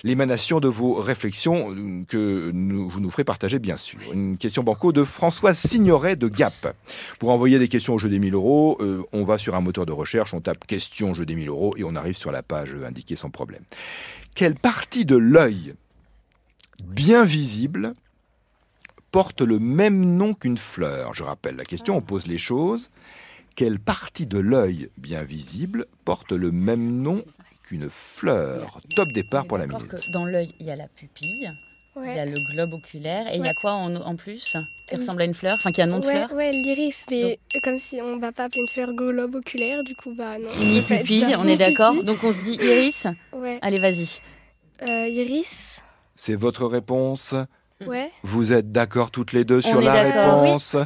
Speaker 1: L'émanation de vos réflexions euh, que nous- vous nous ferez partager bien sûr. Une question banco de François Signoret de Gap. Pour envoyer des questions au jeu des 1000 euros, euh, on va sur un moteur de recherche, on tape question jeu des 1000 euros et on arrive sur la page euh, indiquée sans problème. Quelle partie de l'œil bien visible porte le même nom qu'une fleur Je rappelle la question, on pose les choses. Quelle partie de l'œil bien visible porte le même nom qu'une fleur Top départ pour la
Speaker 4: D'accord
Speaker 1: minute.
Speaker 4: que dans l'œil, il y a la pupille, il y a
Speaker 3: ouais.
Speaker 4: le globe oculaire, et il y a
Speaker 3: Ouais.
Speaker 4: quoi en, en plus qui
Speaker 3: Euh,
Speaker 4: ressemble à une fleur, enfin qui a un nom de
Speaker 3: Ouais,
Speaker 4: fleur
Speaker 3: ouais, l'iris, mais comme si on va pas appeler une fleur globe oculaire, du coup, bah non.
Speaker 4: Ni
Speaker 3: on va être
Speaker 4: pupille,
Speaker 3: ça.
Speaker 4: on
Speaker 3: Ni
Speaker 4: est d'accord.
Speaker 3: pupille.
Speaker 4: Donc on se dit iris.
Speaker 3: Ouais,
Speaker 4: Allez, vas-y.
Speaker 3: euh, iris,
Speaker 1: C'est votre réponse
Speaker 4: Mm.
Speaker 3: ouais.
Speaker 1: Vous êtes d'accord toutes les deux sur
Speaker 4: est
Speaker 1: la
Speaker 4: d'accord.
Speaker 1: réponse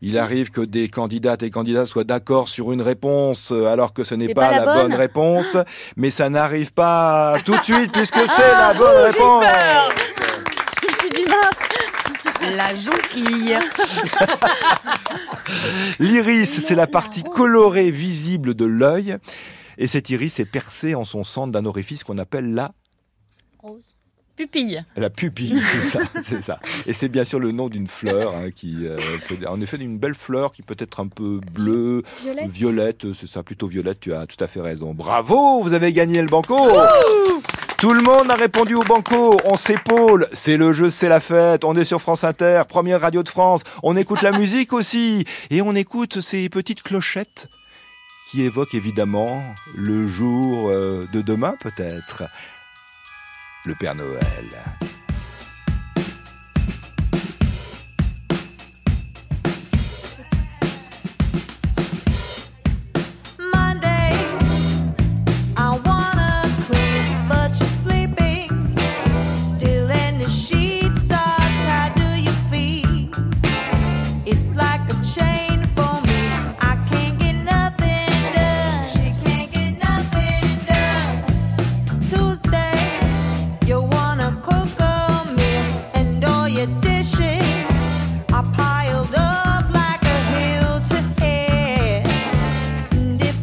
Speaker 1: Il arrive que des candidates et candidats soient d'accord sur une réponse euh, alors que ce n'est
Speaker 4: C'est
Speaker 1: pas, la bonne, réponse, mais ça n'arrive pas tout de suite puisque c'est la bonne réponse.
Speaker 4: Je me suis dit mince.
Speaker 5: La jonquille.
Speaker 1: L'iris, c'est la partie colorée visible de l'œil et cet iris est percé en son centre d'un orifice qu'on appelle la
Speaker 4: Pupille.
Speaker 1: La pupille, c'est ça, c'est ça. Et c'est bien sûr le nom d'une fleur, hein, qui, euh, fait- en effet, d'une belle fleur qui peut être un peu bleue,
Speaker 3: Violette.
Speaker 1: Violette, euh, c'est ça, plutôt Violette, tu as tout à fait raison. Bravo, vous avez gagné le banco Tout le monde a répondu au banco, on s'épaule, c'est le jeu, c'est la fête, on est sur France Inter, première radio de France, on écoute la musique aussi, et on écoute ces petites clochettes qui évoquent évidemment le jour euh, de demain peut-être, le Père Noël.
Speaker 8: Monday, I wanna quit, but you're sleeping. Still, and the sheets are tied to your feet. It's like a chain for me. I can't get nothing done. She can't get nothing done. Tuesday, you wanna cook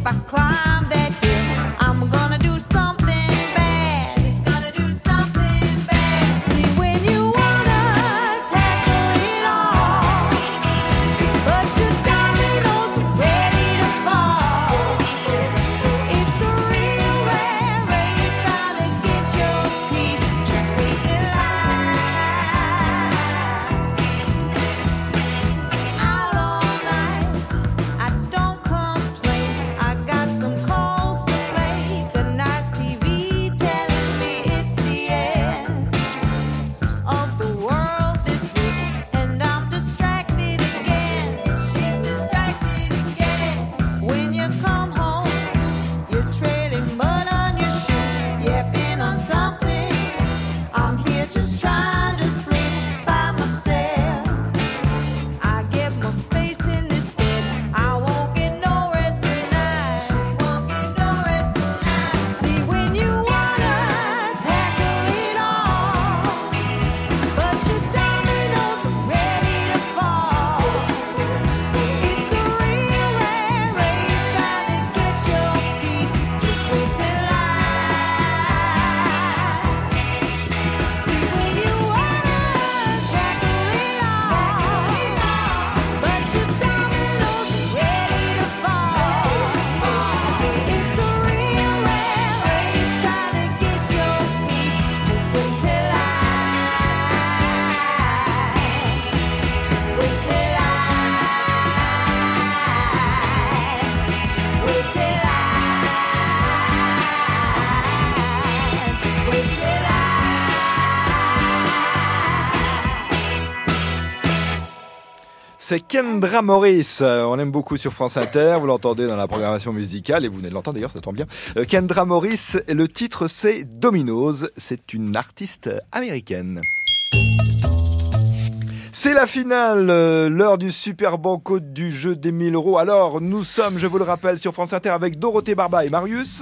Speaker 8: I climb that hill, I'm gonna do something bad. She's gonna do something bad. See, when you wanna tackle it all, but your dominoes ready to fall. It's a real red race trying to get your piece. Just wait till I out all night. I don't complain. I got some calls to make. A nice TV telling me it's the end of the world this week, and I'm distracted again. She's distracted again. When you come home, you're trailing mud on your shoe. Yapping on something. I'm here just trying to sleep by myself. I get more space in this bed. I won't get no rest tonight. She won't get no rest tonight. See when you wanna tackle it all, but your dominoes are ready to fall. It's a real red race trying to get your piece. Just wait till I when you wanna tackle it all, but your dominoes ready to fall. It's a real race trying to get your piece. Just wait till I. Just wait till I. Just wait till I. Just wait till I.
Speaker 1: C'est Kendra Morris. Euh, On aime beaucoup sur France Inter. Vous l'entendez dans la programmation musicale et vous venez de l'entendre d'ailleurs, ça tombe bien. Euh, Kendra Morris, le titre c'est Dominoes. C'est une artiste américaine. C'est la finale, euh, l'heure du super banco du jeu des 1000 euros. Alors, nous sommes, je vous le rappelle, sur France Inter avec Dorothée Barba et Marius.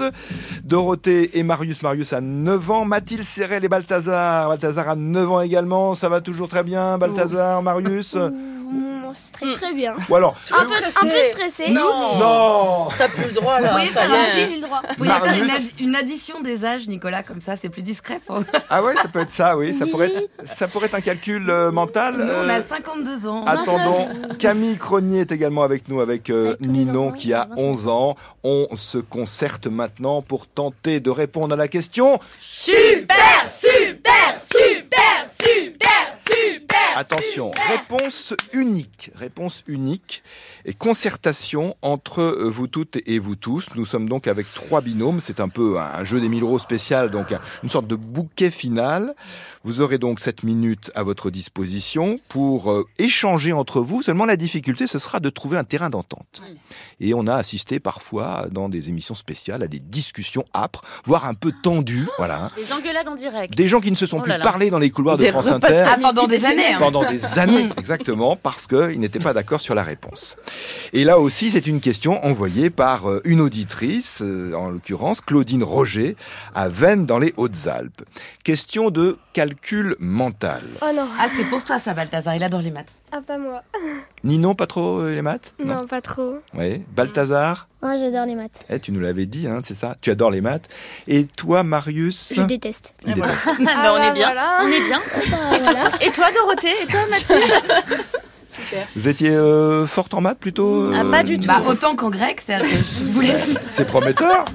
Speaker 1: Dorothée et Marius, Marius a 9 ans. Mathilde Serrel et Balthazar. Balthazar a 9 ans également. Ça va toujours très bien, Balthazar, Marius
Speaker 3: Ouh, c'est très très bien.
Speaker 1: Ou alors,
Speaker 3: Un peu, un peu stressé.
Speaker 5: Non.
Speaker 1: non
Speaker 2: T'as plus le droit là.
Speaker 5: Vous pouvez
Speaker 2: Oh, ça
Speaker 5: faire
Speaker 2: y est.
Speaker 5: un
Speaker 3: Si, j'ai le droit.
Speaker 5: Vous pouvez faire une,
Speaker 1: Marius.
Speaker 5: ad- une addition des âges, Nicolas, comme ça, c'est plus discret pour nous.
Speaker 1: Ah ouais, ça peut être ça, oui. Ça pourrait être, ça pourrait être un calcul euh, mental.
Speaker 5: Nous,
Speaker 1: Euh,
Speaker 5: on a 52 ans.
Speaker 1: Attendons. Camille Cronier est également avec nous, avec euh,
Speaker 3: Avec tous les
Speaker 1: Ninon
Speaker 3: enfants,
Speaker 1: qui a
Speaker 3: ça va.
Speaker 1: 11 ans. On se concerte maintenant pour tenter de répondre à la question.
Speaker 8: Super, super, super, super, super.
Speaker 1: Attention, réponse unique, réponse unique et concertation entre euh, vous toutes et vous tous. Nous sommes donc avec trois binômes, c'est un peu un un jeu des 1000 euros spécial, donc un- une sorte de bouquet final. Vous aurez donc 7 minutes à votre disposition pour euh, échanger entre vous. Seulement la difficulté, ce sera de trouver un terrain d'entente. Et on a assisté parfois dans des émissions spéciales à des discussions âpres, voire un peu tendues, voilà. hein.
Speaker 4: Les engueulades en direct.
Speaker 1: Des gens qui ne se sont
Speaker 4: Oh
Speaker 1: plus
Speaker 4: là là.
Speaker 1: parlé dans les couloirs de
Speaker 2: Des
Speaker 1: France
Speaker 2: repas de
Speaker 1: Inter
Speaker 5: Ah, pendant des années. hein.
Speaker 1: pendant des
Speaker 4: Mm.
Speaker 1: années, exactement, parce qu'ils n'étaient pas d'accord sur la réponse. Et là aussi, c'est une question envoyée par euh, une auditrice, euh, en l'occurrence Claudine Roger, à Vennes dans les Hautes-Alpes. Question de calcul mental.
Speaker 3: Oh non.
Speaker 5: Ah, c'est pour toi, ça, Balthazar. Il adore les maths.
Speaker 3: Ah, pas moi.
Speaker 1: Ninon, pas trop euh, les maths
Speaker 3: Non, pas trop.
Speaker 1: Oui. Balthazar,
Speaker 3: Moi, j'adore les maths.
Speaker 1: eh, tu nous l'avais dit, hein, c'est ça Tu adores les maths. Et toi, Marius
Speaker 3: Je déteste.
Speaker 1: Il déteste.
Speaker 4: Ah, bah, on est bien. On est bien.
Speaker 3: Ah, voilà.
Speaker 4: Et toi, Dorothée Et toi, Mathilde
Speaker 2: Super.
Speaker 1: Vous étiez euh, forte en maths plutôt
Speaker 4: Ah,
Speaker 1: euh,
Speaker 4: pas du tout.
Speaker 5: Bah, autant qu'en grec, c'est-à-dire que je vous laisse.
Speaker 1: C'est prometteur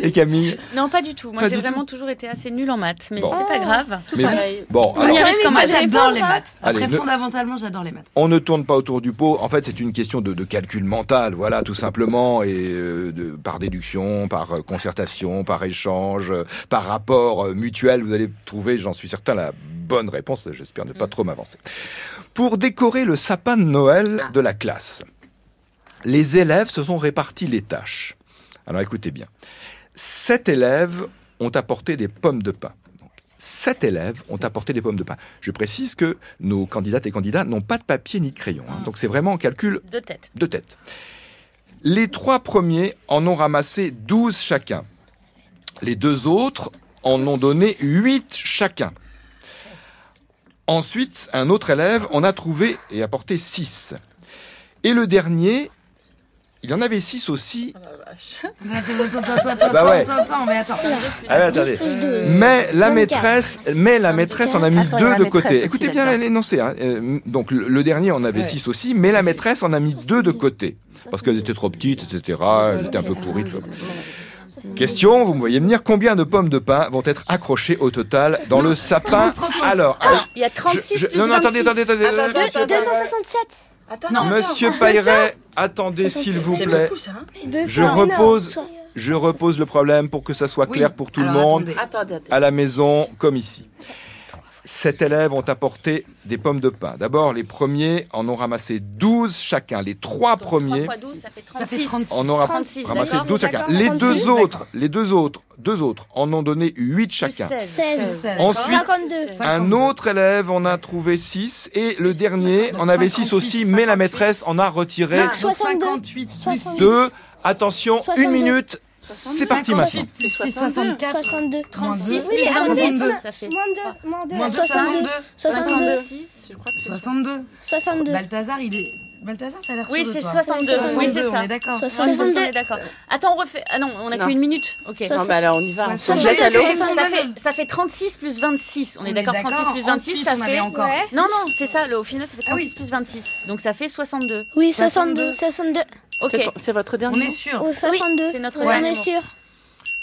Speaker 1: Et Camille
Speaker 4: Non, pas du tout. Moi,
Speaker 1: Pas
Speaker 4: j'ai
Speaker 1: du
Speaker 4: vraiment toujours été assez nulle en maths, mais
Speaker 1: Bon.
Speaker 4: c'est pas grave.
Speaker 2: Tout
Speaker 1: Mais-
Speaker 2: pareil.
Speaker 1: Bon,
Speaker 4: On y
Speaker 1: alors,
Speaker 4: arrive quand
Speaker 5: Moi,
Speaker 4: même.
Speaker 5: j'adore les maths. Après,
Speaker 1: Allez, ne-
Speaker 5: fondamentalement, j'adore les maths.
Speaker 1: On ne tourne pas autour du pot. En fait, c'est une question de, de calcul mental, voilà, tout simplement, et euh, de, par déduction, par euh, concertation, par échange, euh, par rapport euh, mutuel, vous allez trouver, j'en suis certain, la bonne réponse. J'espère ne pas trop m'avancer. Pour décorer le sapin de Noël de la classe, les élèves se sont répartis les tâches. Alors, écoutez bien. Sept élèves ont apporté des pommes de pain. Donc, Sept élèves ont apporté des pommes de pain. Je précise que nos candidates et candidats n'ont pas de papier ni de crayon. hein. Donc c'est vraiment un calcul
Speaker 4: De tête.
Speaker 1: de tête. Les trois premiers en ont ramassé 12 chacun. Les deux autres en ont donné 8 chacun. Ensuite, un autre élève en a trouvé et apporté 6. Et le dernier, Il en avait 6 aussi.
Speaker 5: Attends, attends, attends,
Speaker 1: Bah ouais.
Speaker 5: attends, attends, mais attends.
Speaker 1: Allez, attendez.
Speaker 3: Plus deux.
Speaker 1: Mais la
Speaker 3: 24.
Speaker 1: maîtresse, mais la maîtresse en a mis
Speaker 2: Euh, Attends, il y a
Speaker 1: deux
Speaker 2: la
Speaker 1: de
Speaker 2: maîtresse
Speaker 1: côté.
Speaker 2: aussi
Speaker 1: Écoutez bien
Speaker 2: là-dedans.
Speaker 1: l'énoncé. hein. Euh, Donc le le dernier en avait six aussi, mais la maîtresse en a mis deux de côté parce qu'elles étaient trop petites, etc. Elles étaient un peu pourries. tout ça. Question, vous me voyez venir, combien de pommes de pin vont être accrochées au total dans le sapin Alors, euh,
Speaker 9: Il y a
Speaker 1: je-
Speaker 9: 36
Speaker 1: je-
Speaker 9: plus
Speaker 1: non, non, attendez,
Speaker 9: 26.
Speaker 1: attendez, attendez,
Speaker 2: Attends,
Speaker 1: attendez.
Speaker 2: attends, attends,
Speaker 3: 267.
Speaker 2: attends,
Speaker 5: Non.
Speaker 2: Ah, bah, attends,
Speaker 1: Monsieur
Speaker 2: attends.
Speaker 1: Pailleret, attendez s'il vous
Speaker 2: C'est
Speaker 1: plaît.
Speaker 2: beaucoup, ça, hein
Speaker 1: Je
Speaker 3: ah,
Speaker 1: repose, je repose le problème pour que ça soit clair pour tout le
Speaker 5: Alors,
Speaker 1: monde.
Speaker 5: attendez.
Speaker 2: Attendez, attendez.
Speaker 1: à la maison comme ici. Sept élèves ont apporté des pommes de pin. D'abord, les premiers en ont ramassé 12 chacun. Les trois premiers
Speaker 9: 12, ça fait
Speaker 5: Ça
Speaker 9: 36.
Speaker 5: fait 36.
Speaker 1: en ont ra-
Speaker 9: 36,
Speaker 1: ramassé
Speaker 9: d'accord,
Speaker 1: 12 chacun.
Speaker 9: d'accord,
Speaker 1: Les
Speaker 3: 36,
Speaker 1: deux
Speaker 5: d'accord.
Speaker 1: autres, les deux autres, deux autres en ont donné 8 chacun.
Speaker 3: 16.
Speaker 1: Ensuite,
Speaker 3: 52.
Speaker 1: un autre élève en a trouvé 6 et le dernier en avait 6 aussi, mais la maîtresse en a retiré
Speaker 5: Donc
Speaker 3: 62,
Speaker 5: 58 plus
Speaker 3: 62,
Speaker 1: 2. Attention, une
Speaker 3: 62.
Speaker 1: minute, c'est parti maintenant.
Speaker 5: 58 plus
Speaker 2: C'est
Speaker 5: 64.
Speaker 3: 62.
Speaker 5: 36
Speaker 3: Oui,
Speaker 5: plus
Speaker 3: 62.
Speaker 5: 62.
Speaker 9: Ça fait
Speaker 3: Moins 2. Moins 2.
Speaker 5: Moins 2,
Speaker 3: 62.
Speaker 5: 62.
Speaker 3: 62.
Speaker 9: 56, je crois que c'est
Speaker 5: 62.
Speaker 3: 62.
Speaker 4: Bah,
Speaker 5: Balthazar, il est. Balthazar, t'as l'air sûr
Speaker 9: Oui,
Speaker 5: de
Speaker 9: c'est
Speaker 5: toi.
Speaker 9: 62. Oui, c'est
Speaker 5: 62,
Speaker 9: ça.
Speaker 5: On est d'accord.
Speaker 9: Moi, je pense
Speaker 3: 62.
Speaker 9: qu'on est d'accord. Attends, on refait. Ah non, on a
Speaker 2: Non.
Speaker 9: qu'une minute. Ok.
Speaker 2: Non, mais alors on y va. on se
Speaker 5: Ça,
Speaker 9: Ça
Speaker 2: jette à l'eau.
Speaker 5: c'est-
Speaker 9: fait, ça fait 36 plus 26. On est d'accord, 36 plus 26,
Speaker 5: Ensuite,
Speaker 9: ça
Speaker 5: on avait
Speaker 9: fait.
Speaker 5: encore.
Speaker 3: Ouais.
Speaker 9: Non, non, c'est ça, le- au final, ça fait
Speaker 5: Ah oui.
Speaker 9: 36 plus 26. Donc ça fait 62.
Speaker 3: Oui, 62. 62.
Speaker 9: Ok.
Speaker 2: C'est ton- C'est votre
Speaker 5: On
Speaker 2: dernier.
Speaker 5: est sûr.
Speaker 3: Oui, 62.
Speaker 9: c'est notre
Speaker 3: Oui, On
Speaker 9: dernier
Speaker 3: est
Speaker 9: mot.
Speaker 3: sûr.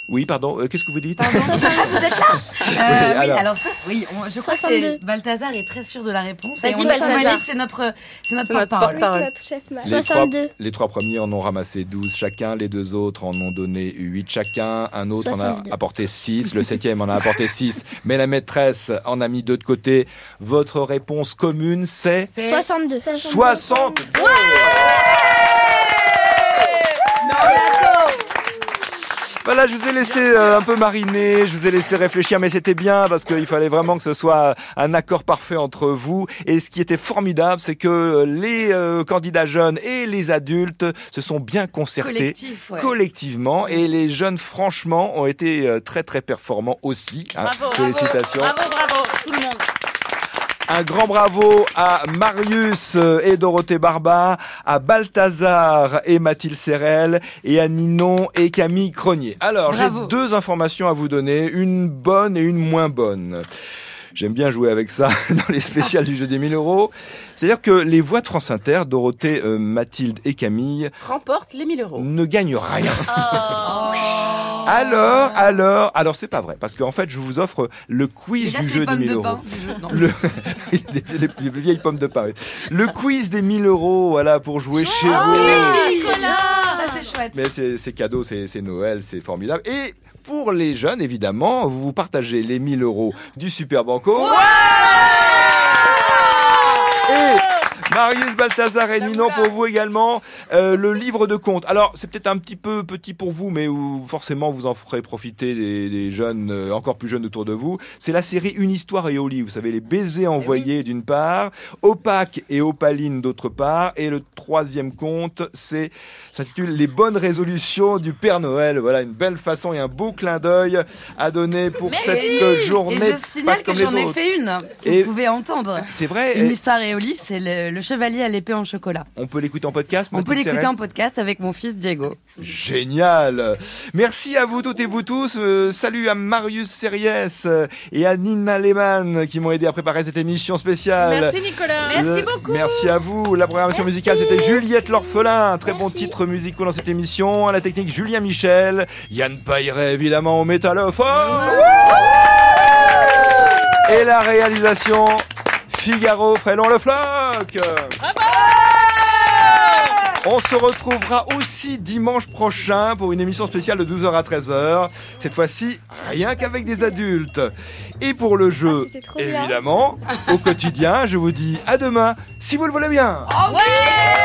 Speaker 1: Oui, pardon, euh, qu'est-ce que vous dites
Speaker 5: Euh,
Speaker 1: Oui,
Speaker 5: oui,
Speaker 1: alors.
Speaker 5: alors, ça- oui, on- je crois
Speaker 3: 62.
Speaker 5: que c'est Balthazar est très sûr de la réponse.
Speaker 9: Vas-y,
Speaker 5: et on
Speaker 9: Balthazar.
Speaker 5: valide, c'est notre, c'est notre
Speaker 2: C'est notre
Speaker 5: porte-parole.
Speaker 2: porte-parole.
Speaker 3: Bah,
Speaker 1: Les trois,
Speaker 3: 62.
Speaker 1: les trois premiers en ont ramassé 12 chacun, les deux autres en ont donné 8 chacun, un autre en
Speaker 3: 62.
Speaker 1: a apporté 6, le septième en a apporté 6, mais la maîtresse en a mis deux de côté. Votre réponse commune, c'est
Speaker 3: 62.
Speaker 1: 60 Voilà, je vous ai laissé euh, un peu mariner, je vous ai laissé réfléchir, mais c'était bien parce qu'il fallait vraiment que ce soit un accord parfait entre vous. Et ce qui était formidable, c'est que les euh, candidats jeunes et les adultes se sont bien concertés
Speaker 5: Collectif, ouais.
Speaker 1: collectivement et les jeunes franchement ont été euh, très très performants aussi. hein.
Speaker 9: Bravo,
Speaker 1: Félicitations.
Speaker 9: Bravo, bravo, tout le monde.
Speaker 1: Un grand bravo à Marius euh, et Dorothée Barba, à Balthazar et Mathilde Serrel et à Ninon et Camille Cronier. Alors j'ai
Speaker 5: Bravo.
Speaker 1: deux informations à vous donner, une bonne et une moins bonne. J'aime bien jouer avec ça dans les spéciales du jeu des 1000 euros. C'est-à-dire que les voix de France Inter, Dorothée, euh, Mathilde et Camille,
Speaker 2: Remporte les 1000 euros.
Speaker 1: ne gagnent rien.
Speaker 5: Ah.
Speaker 9: Oh.
Speaker 1: Alors, alors, alors c'est pas vrai, parce qu'en fait, je vous offre le quiz
Speaker 5: Déjà,
Speaker 1: du
Speaker 5: c'est les
Speaker 1: jeu des
Speaker 5: pommes
Speaker 1: 1000
Speaker 5: de
Speaker 1: euros.
Speaker 5: pain. du jeu. Non.
Speaker 1: Le, des- des- des vieilles pommes de Paris. Le quiz des 1000 euros, voilà, pour jouer chez
Speaker 5: Ah,
Speaker 1: vous.
Speaker 9: Merci, Ah, Nicolas.
Speaker 5: Ça, c'est chouette.
Speaker 1: Mais c'est c'est cadeau, c'est c'est Noël, c'est formidable. Et pour les jeunes, évidemment, vous vous partagez les 1000 euros du Super Banco. et Marius Balthazar et Ninon pour vous également euh, le livre de compte. Alors c'est peut-être un petit peu petit pour vous, mais où forcément vous en ferez profiter des, des jeunes euh, encore plus jeunes autour de vous. C'est la série Une histoire et au lit. Vous savez les baisers envoyés d'une part, opaque et opaline d'autre part, et le troisième conte c'est s'intitule Les bonnes résolutions du Père Noël. Voilà une belle façon et un beau clin d'œil à donner pour
Speaker 5: Merci.
Speaker 1: cette journée.
Speaker 5: Et je
Speaker 1: pas
Speaker 5: signale que
Speaker 1: comme les
Speaker 5: j'en ai
Speaker 1: autres.
Speaker 5: fait une.
Speaker 1: Et-
Speaker 5: Vous pouvez entendre.
Speaker 1: C'est vrai.
Speaker 5: Une
Speaker 1: eh,
Speaker 5: histoire et Oli, c'est le, le chevalier à l'épée en chocolat.
Speaker 1: On peut l'écouter en podcast.
Speaker 5: On peut
Speaker 1: Mathilde
Speaker 5: l'écouter
Speaker 1: Serret
Speaker 5: en podcast avec mon fils Diego.
Speaker 1: Génial. Merci à vous toutes et vous tous. Euh, salut à Marius Series euh, et à Nina Lehmann qui m'ont aidé à préparer cette émission spéciale.
Speaker 2: Merci Nicolas.
Speaker 1: Ah. Le- Euh, Merci à vous. La programmation musicale, c'était Juliette l'Orphelin. Un très bon titre musical dans cette émission. À la technique, Julien Michel. Yann Pailleray, évidemment, au métal off. Oh Et la réalisation, Figaro, Frélon Le Floc. On se retrouvera aussi dimanche prochain pour une émission spéciale de 12h à 13h. Cette fois-ci, rien qu'avec des adultes. Et pour le
Speaker 3: Ah,
Speaker 1: jeu, évidemment, au quotidien, je vous dis à demain, si vous le voulez bien.
Speaker 5: Ouais